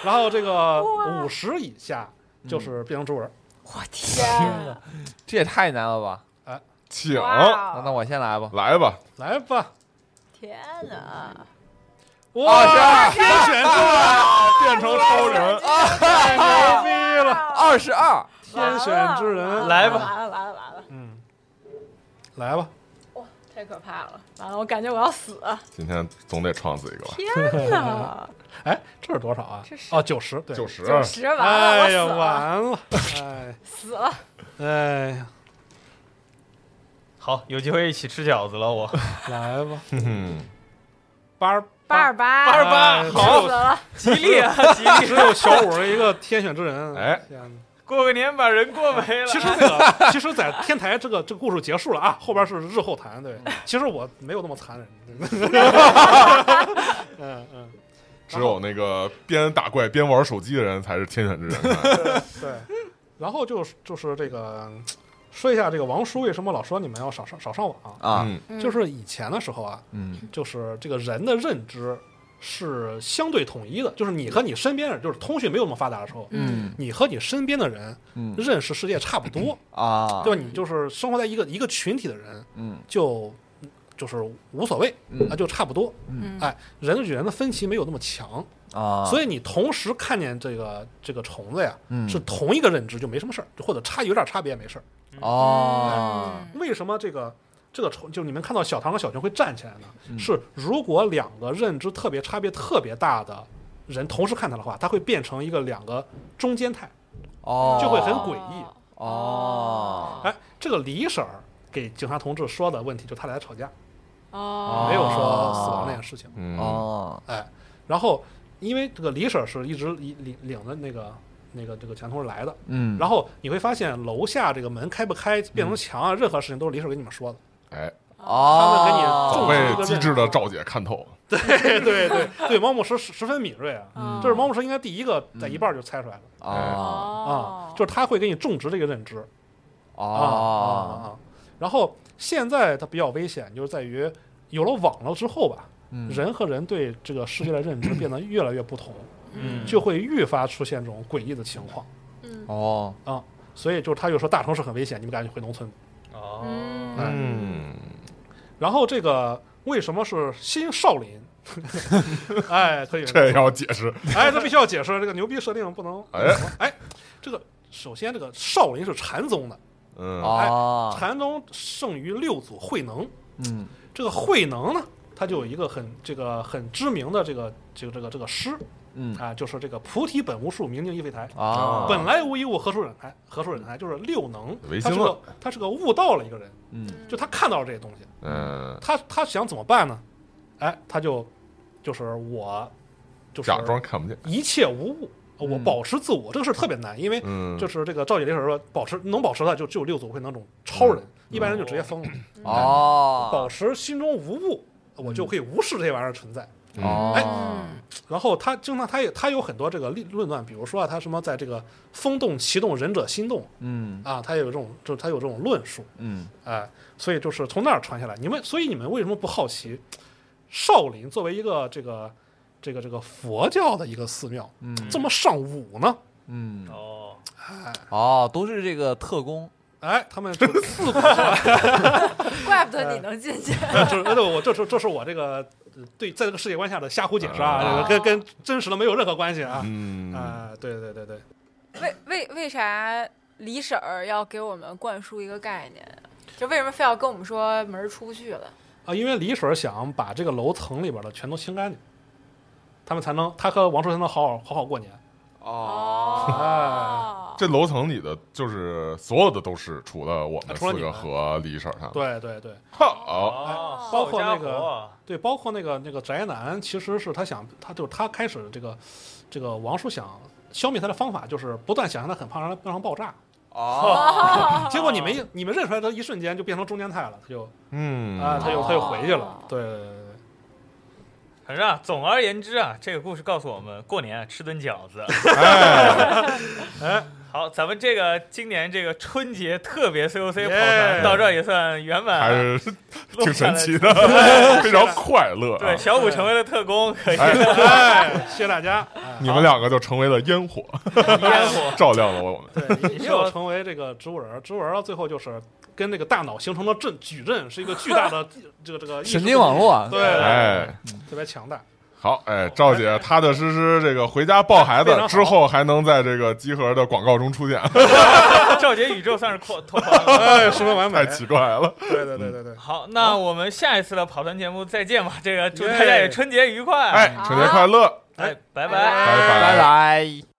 Speaker 4: 然后这个五十以下就是变成植物人，
Speaker 3: 我天，啊
Speaker 6: 这也太难了吧？
Speaker 5: 请
Speaker 6: 那
Speaker 4: 哦
Speaker 3: 哇
Speaker 6: 那我先来吧。
Speaker 5: 来吧，
Speaker 4: 来吧，
Speaker 3: 天啊哪，
Speaker 4: 哇，
Speaker 6: 是
Speaker 4: 选啊中了，
Speaker 5: 变成超人，
Speaker 4: 太牛逼了！
Speaker 6: 二十二，
Speaker 4: 天选之
Speaker 3: 哦
Speaker 4: 人，
Speaker 2: 来吧
Speaker 3: 完了完了完了，
Speaker 4: 嗯，来吧，
Speaker 3: 哇，太可怕了，完了，我感觉我要死，
Speaker 5: 今天总得创死一个吧，
Speaker 3: 天哪，
Speaker 4: 哎，这是多少啊
Speaker 3: 这？是
Speaker 4: 哦，九十，对，
Speaker 5: 九。十，
Speaker 3: 九十完了，
Speaker 4: 哎呀，
Speaker 3: 我
Speaker 4: 完了，哎，
Speaker 3: 死了，死了，
Speaker 4: 哎呀，
Speaker 2: 好，有机会一起吃饺子了，我
Speaker 4: 来吧，
Speaker 5: 嗯，
Speaker 4: 八十
Speaker 3: 八十八，
Speaker 2: 八十
Speaker 4: 哎
Speaker 2: 八，
Speaker 3: 死
Speaker 2: 好，
Speaker 3: 了，
Speaker 2: 吉利啊，吉
Speaker 4: 只
Speaker 2: 利，
Speaker 4: 有小五 的一个天选之人，
Speaker 5: 哎
Speaker 4: 天哪，
Speaker 2: 过个年把人过没了。
Speaker 4: 其实那 个，其实，在天台这个这个故事结束了啊，后边是日后谈。对，
Speaker 6: 嗯
Speaker 4: 其实我没有那么残忍。 嗯嗯，
Speaker 5: 只有那个边打怪边玩手机的人才是天选之人啊呢，
Speaker 4: 对。然后就是就是这个，说一下这个王叔为什么老说你们要少上少上网，
Speaker 6: 啊，
Speaker 5: 嗯
Speaker 3: 嗯
Speaker 4: 就是以前的时候啊，
Speaker 6: 嗯
Speaker 4: 就是这个人的认知是相对统一的，就是你和你身边人，就是通讯没有那么发达的时候，
Speaker 6: 嗯
Speaker 4: 你和你身边的人
Speaker 6: 嗯
Speaker 4: 认识世界差不多，
Speaker 6: 啊，
Speaker 4: 对吧？你就是生活在一个一个群体的人，
Speaker 6: 嗯
Speaker 4: 就就是无所谓
Speaker 6: 嗯
Speaker 4: 啊，就差不多。
Speaker 3: 嗯
Speaker 4: 哎，人与人的分歧没有那么强，
Speaker 6: 啊，
Speaker 4: 所
Speaker 6: 以
Speaker 4: 以你同时看见这个这个虫子呀，
Speaker 6: 嗯
Speaker 4: 是同一个认知就没什么事儿，或者差有点差别也没事儿。
Speaker 6: 哦，
Speaker 3: 嗯
Speaker 4: 为什么这个这个虫就是你们看到小唐和小熊会站起来呢？
Speaker 6: 嗯
Speaker 4: 是如果两个认知特别差别特别大的人同时看它的话，它会变成一个两个中间态，
Speaker 6: 哦，
Speaker 4: 就会很诡异。
Speaker 6: 哦
Speaker 4: 哎，这个李婶儿给警察同志说的问题，就他俩吵架，
Speaker 3: 哦，
Speaker 4: 没有说死亡这件事情。
Speaker 5: 嗯，
Speaker 6: 哦，
Speaker 4: 哎，然后因为这个李婶儿是一直领领领着那个那个这个前同事来的，
Speaker 6: 嗯，
Speaker 4: 然后你会发现楼下这个门开不开、变成墙啊，任何事情都是李婶儿给你们说的。
Speaker 5: 哎，
Speaker 6: 哦，
Speaker 4: 他
Speaker 5: 早
Speaker 4: 们给你
Speaker 5: 被机智的赵姐看透，
Speaker 4: 对对对对，猫牧师十十分敏锐啊，
Speaker 3: 嗯
Speaker 4: 这是猫牧师应该第一个在一半就猜出来的
Speaker 6: 哦
Speaker 4: 啊
Speaker 3: 哦，，
Speaker 4: 就是他会给你种植这个认知啊啊啊。
Speaker 6: 哦，
Speaker 4: 然后现在它比较危险，就是在于有了网络之后吧，
Speaker 6: 嗯
Speaker 4: 人和人对这个世界的认知变得越来越不同，
Speaker 2: 嗯，
Speaker 4: 就会愈发出现这种诡异的情况
Speaker 3: 嗯
Speaker 6: 哦，
Speaker 4: 啊。所以就是他又说大城市很危险，你们赶紧回农村。
Speaker 2: 哦，
Speaker 3: 嗯
Speaker 5: 嗯，
Speaker 4: 然后这个为什么是新少林？ 哎，可以，
Speaker 5: 这要解释，
Speaker 4: 哎，这必须要解释，这个牛逼设定不能
Speaker 5: 哎，
Speaker 4: 这个首先，这个少林是禅宗的，
Speaker 5: 嗯，
Speaker 6: 哦，
Speaker 4: 禅宗胜于六祖慧能。
Speaker 6: 嗯，
Speaker 4: 这个慧能呢，他就有一个很这个很知名的这个这个这个这个诗
Speaker 6: 嗯，
Speaker 4: 啊，就是这个菩提本无树，明镜亦非台。
Speaker 6: 啊，
Speaker 4: 本来无一物，何处忍开？何处忍开？就是六能
Speaker 5: 唯，
Speaker 4: 他是
Speaker 5: 心论
Speaker 4: 个他是个悟到了一个人，
Speaker 6: 嗯
Speaker 4: 就他看到了这些东西，
Speaker 5: 嗯，
Speaker 4: 他他想怎么办呢？哎，他就就是我就是
Speaker 5: 假装看不见，
Speaker 4: 一切无物，我
Speaker 6: 嗯
Speaker 4: 保持自我，这个事儿特别难，因为
Speaker 5: 嗯，
Speaker 4: 就是这个赵姐这时候说，保持能保持的就只有六祖慧能那种超人，
Speaker 5: 嗯
Speaker 4: 一般人就直接疯 了。保
Speaker 6: 哦，
Speaker 4: 持心中无物，我就可以无视这些玩意儿存在。
Speaker 6: 嗯
Speaker 4: 哎
Speaker 6: 哦，
Speaker 3: 嗯
Speaker 4: 然后他经常他也他有很多这个论论断，比如说啊，他什么在这个风动、旗动、忍者心动
Speaker 6: 嗯
Speaker 4: 啊，他也有这种，就是他有这种论述，
Speaker 6: 嗯，
Speaker 4: 哎、所以就是从那儿传下来。你们所以你们为什么不好奇少林作为一个这个这个这个佛教的一个寺庙，
Speaker 6: 嗯
Speaker 4: 怎么尚武呢？
Speaker 6: 嗯，
Speaker 2: 哦，
Speaker 6: 哦，都是这个特工，
Speaker 4: 哎，他们就自古就
Speaker 3: 怪不得你能进去。
Speaker 4: 是，哎对我这是这是我这个呃对在这个世界观下的瞎胡解释啊，
Speaker 3: 啊
Speaker 4: 这个跟跟真实的没有任何关系啊。
Speaker 5: 嗯
Speaker 4: 啊、对对对对，
Speaker 3: 为为为啥李婶儿要给我们灌输一个概念啊？就为什么非要跟我们说门儿出去了？
Speaker 4: 啊，因为李婶儿想把这个楼层里边的全都清干净，他们才能，他和王叔才能好好好好过年。
Speaker 3: 哦，
Speaker 5: 这楼层里的就是所有的都是，除了我们
Speaker 4: 除了
Speaker 5: 四
Speaker 4: 你
Speaker 5: 个
Speaker 4: 们
Speaker 5: 和李婶儿他们。
Speaker 4: 对啊对对
Speaker 5: 好，
Speaker 2: 哦，
Speaker 4: 包括那
Speaker 2: 好家
Speaker 4: 个
Speaker 2: 伙
Speaker 4: 对，包括那个那个宅男，其实是他想，他就是他开始这个这个王叔想消灭他的方法，就是不断想象他很胖，让他让他爆炸。
Speaker 6: 哦，
Speaker 4: 结果你们你们认出来的一瞬间就变成中间态了，他就
Speaker 5: 嗯
Speaker 4: 啊，他就他就回去了
Speaker 3: 哦。
Speaker 4: 对对对对对。
Speaker 2: 反正啊，总而言之啊，这个故事告诉我们，过年啊吃顿饺子。 哎，好，咱们这个今年这个春节特别 COC 跑团到这儿也算圆满
Speaker 5: 还
Speaker 2: 了，
Speaker 5: 是挺神 奇的，非常快乐啊。
Speaker 2: 对，小五成为了特工，可以
Speaker 5: 哎
Speaker 4: 哎，谢谢大家。哎
Speaker 5: 你们两个就成为了烟 火，
Speaker 2: 烟火。
Speaker 5: 照亮了我们。
Speaker 4: 对，也
Speaker 2: 你
Speaker 4: 也
Speaker 2: 说
Speaker 4: 有成为这个植物人儿，植物人儿到最后就是跟这个大脑形成的振矩阵是一个巨大的这个这个意识
Speaker 6: 神经网络啊
Speaker 4: 对，
Speaker 5: 哎，
Speaker 4: 特别强大。
Speaker 5: 好，哎，赵姐踏踏实实这个回家抱孩
Speaker 4: 非
Speaker 5: 子
Speaker 4: 常好
Speaker 5: 之后，还能在这个集合的广告中出现，
Speaker 2: 赵杰宇宙算是扩拓宽了。
Speaker 4: 哎，十分完美
Speaker 5: 太。奇怪了。
Speaker 4: 对对对对对，
Speaker 2: 好，那我们下一次的跑团节目再见吧。
Speaker 4: 哎
Speaker 5: 哎
Speaker 2: 这个祝大家也春节愉快，
Speaker 5: 哎，春节快乐！
Speaker 2: 哎，拜
Speaker 3: 拜
Speaker 5: 拜
Speaker 6: 拜拜。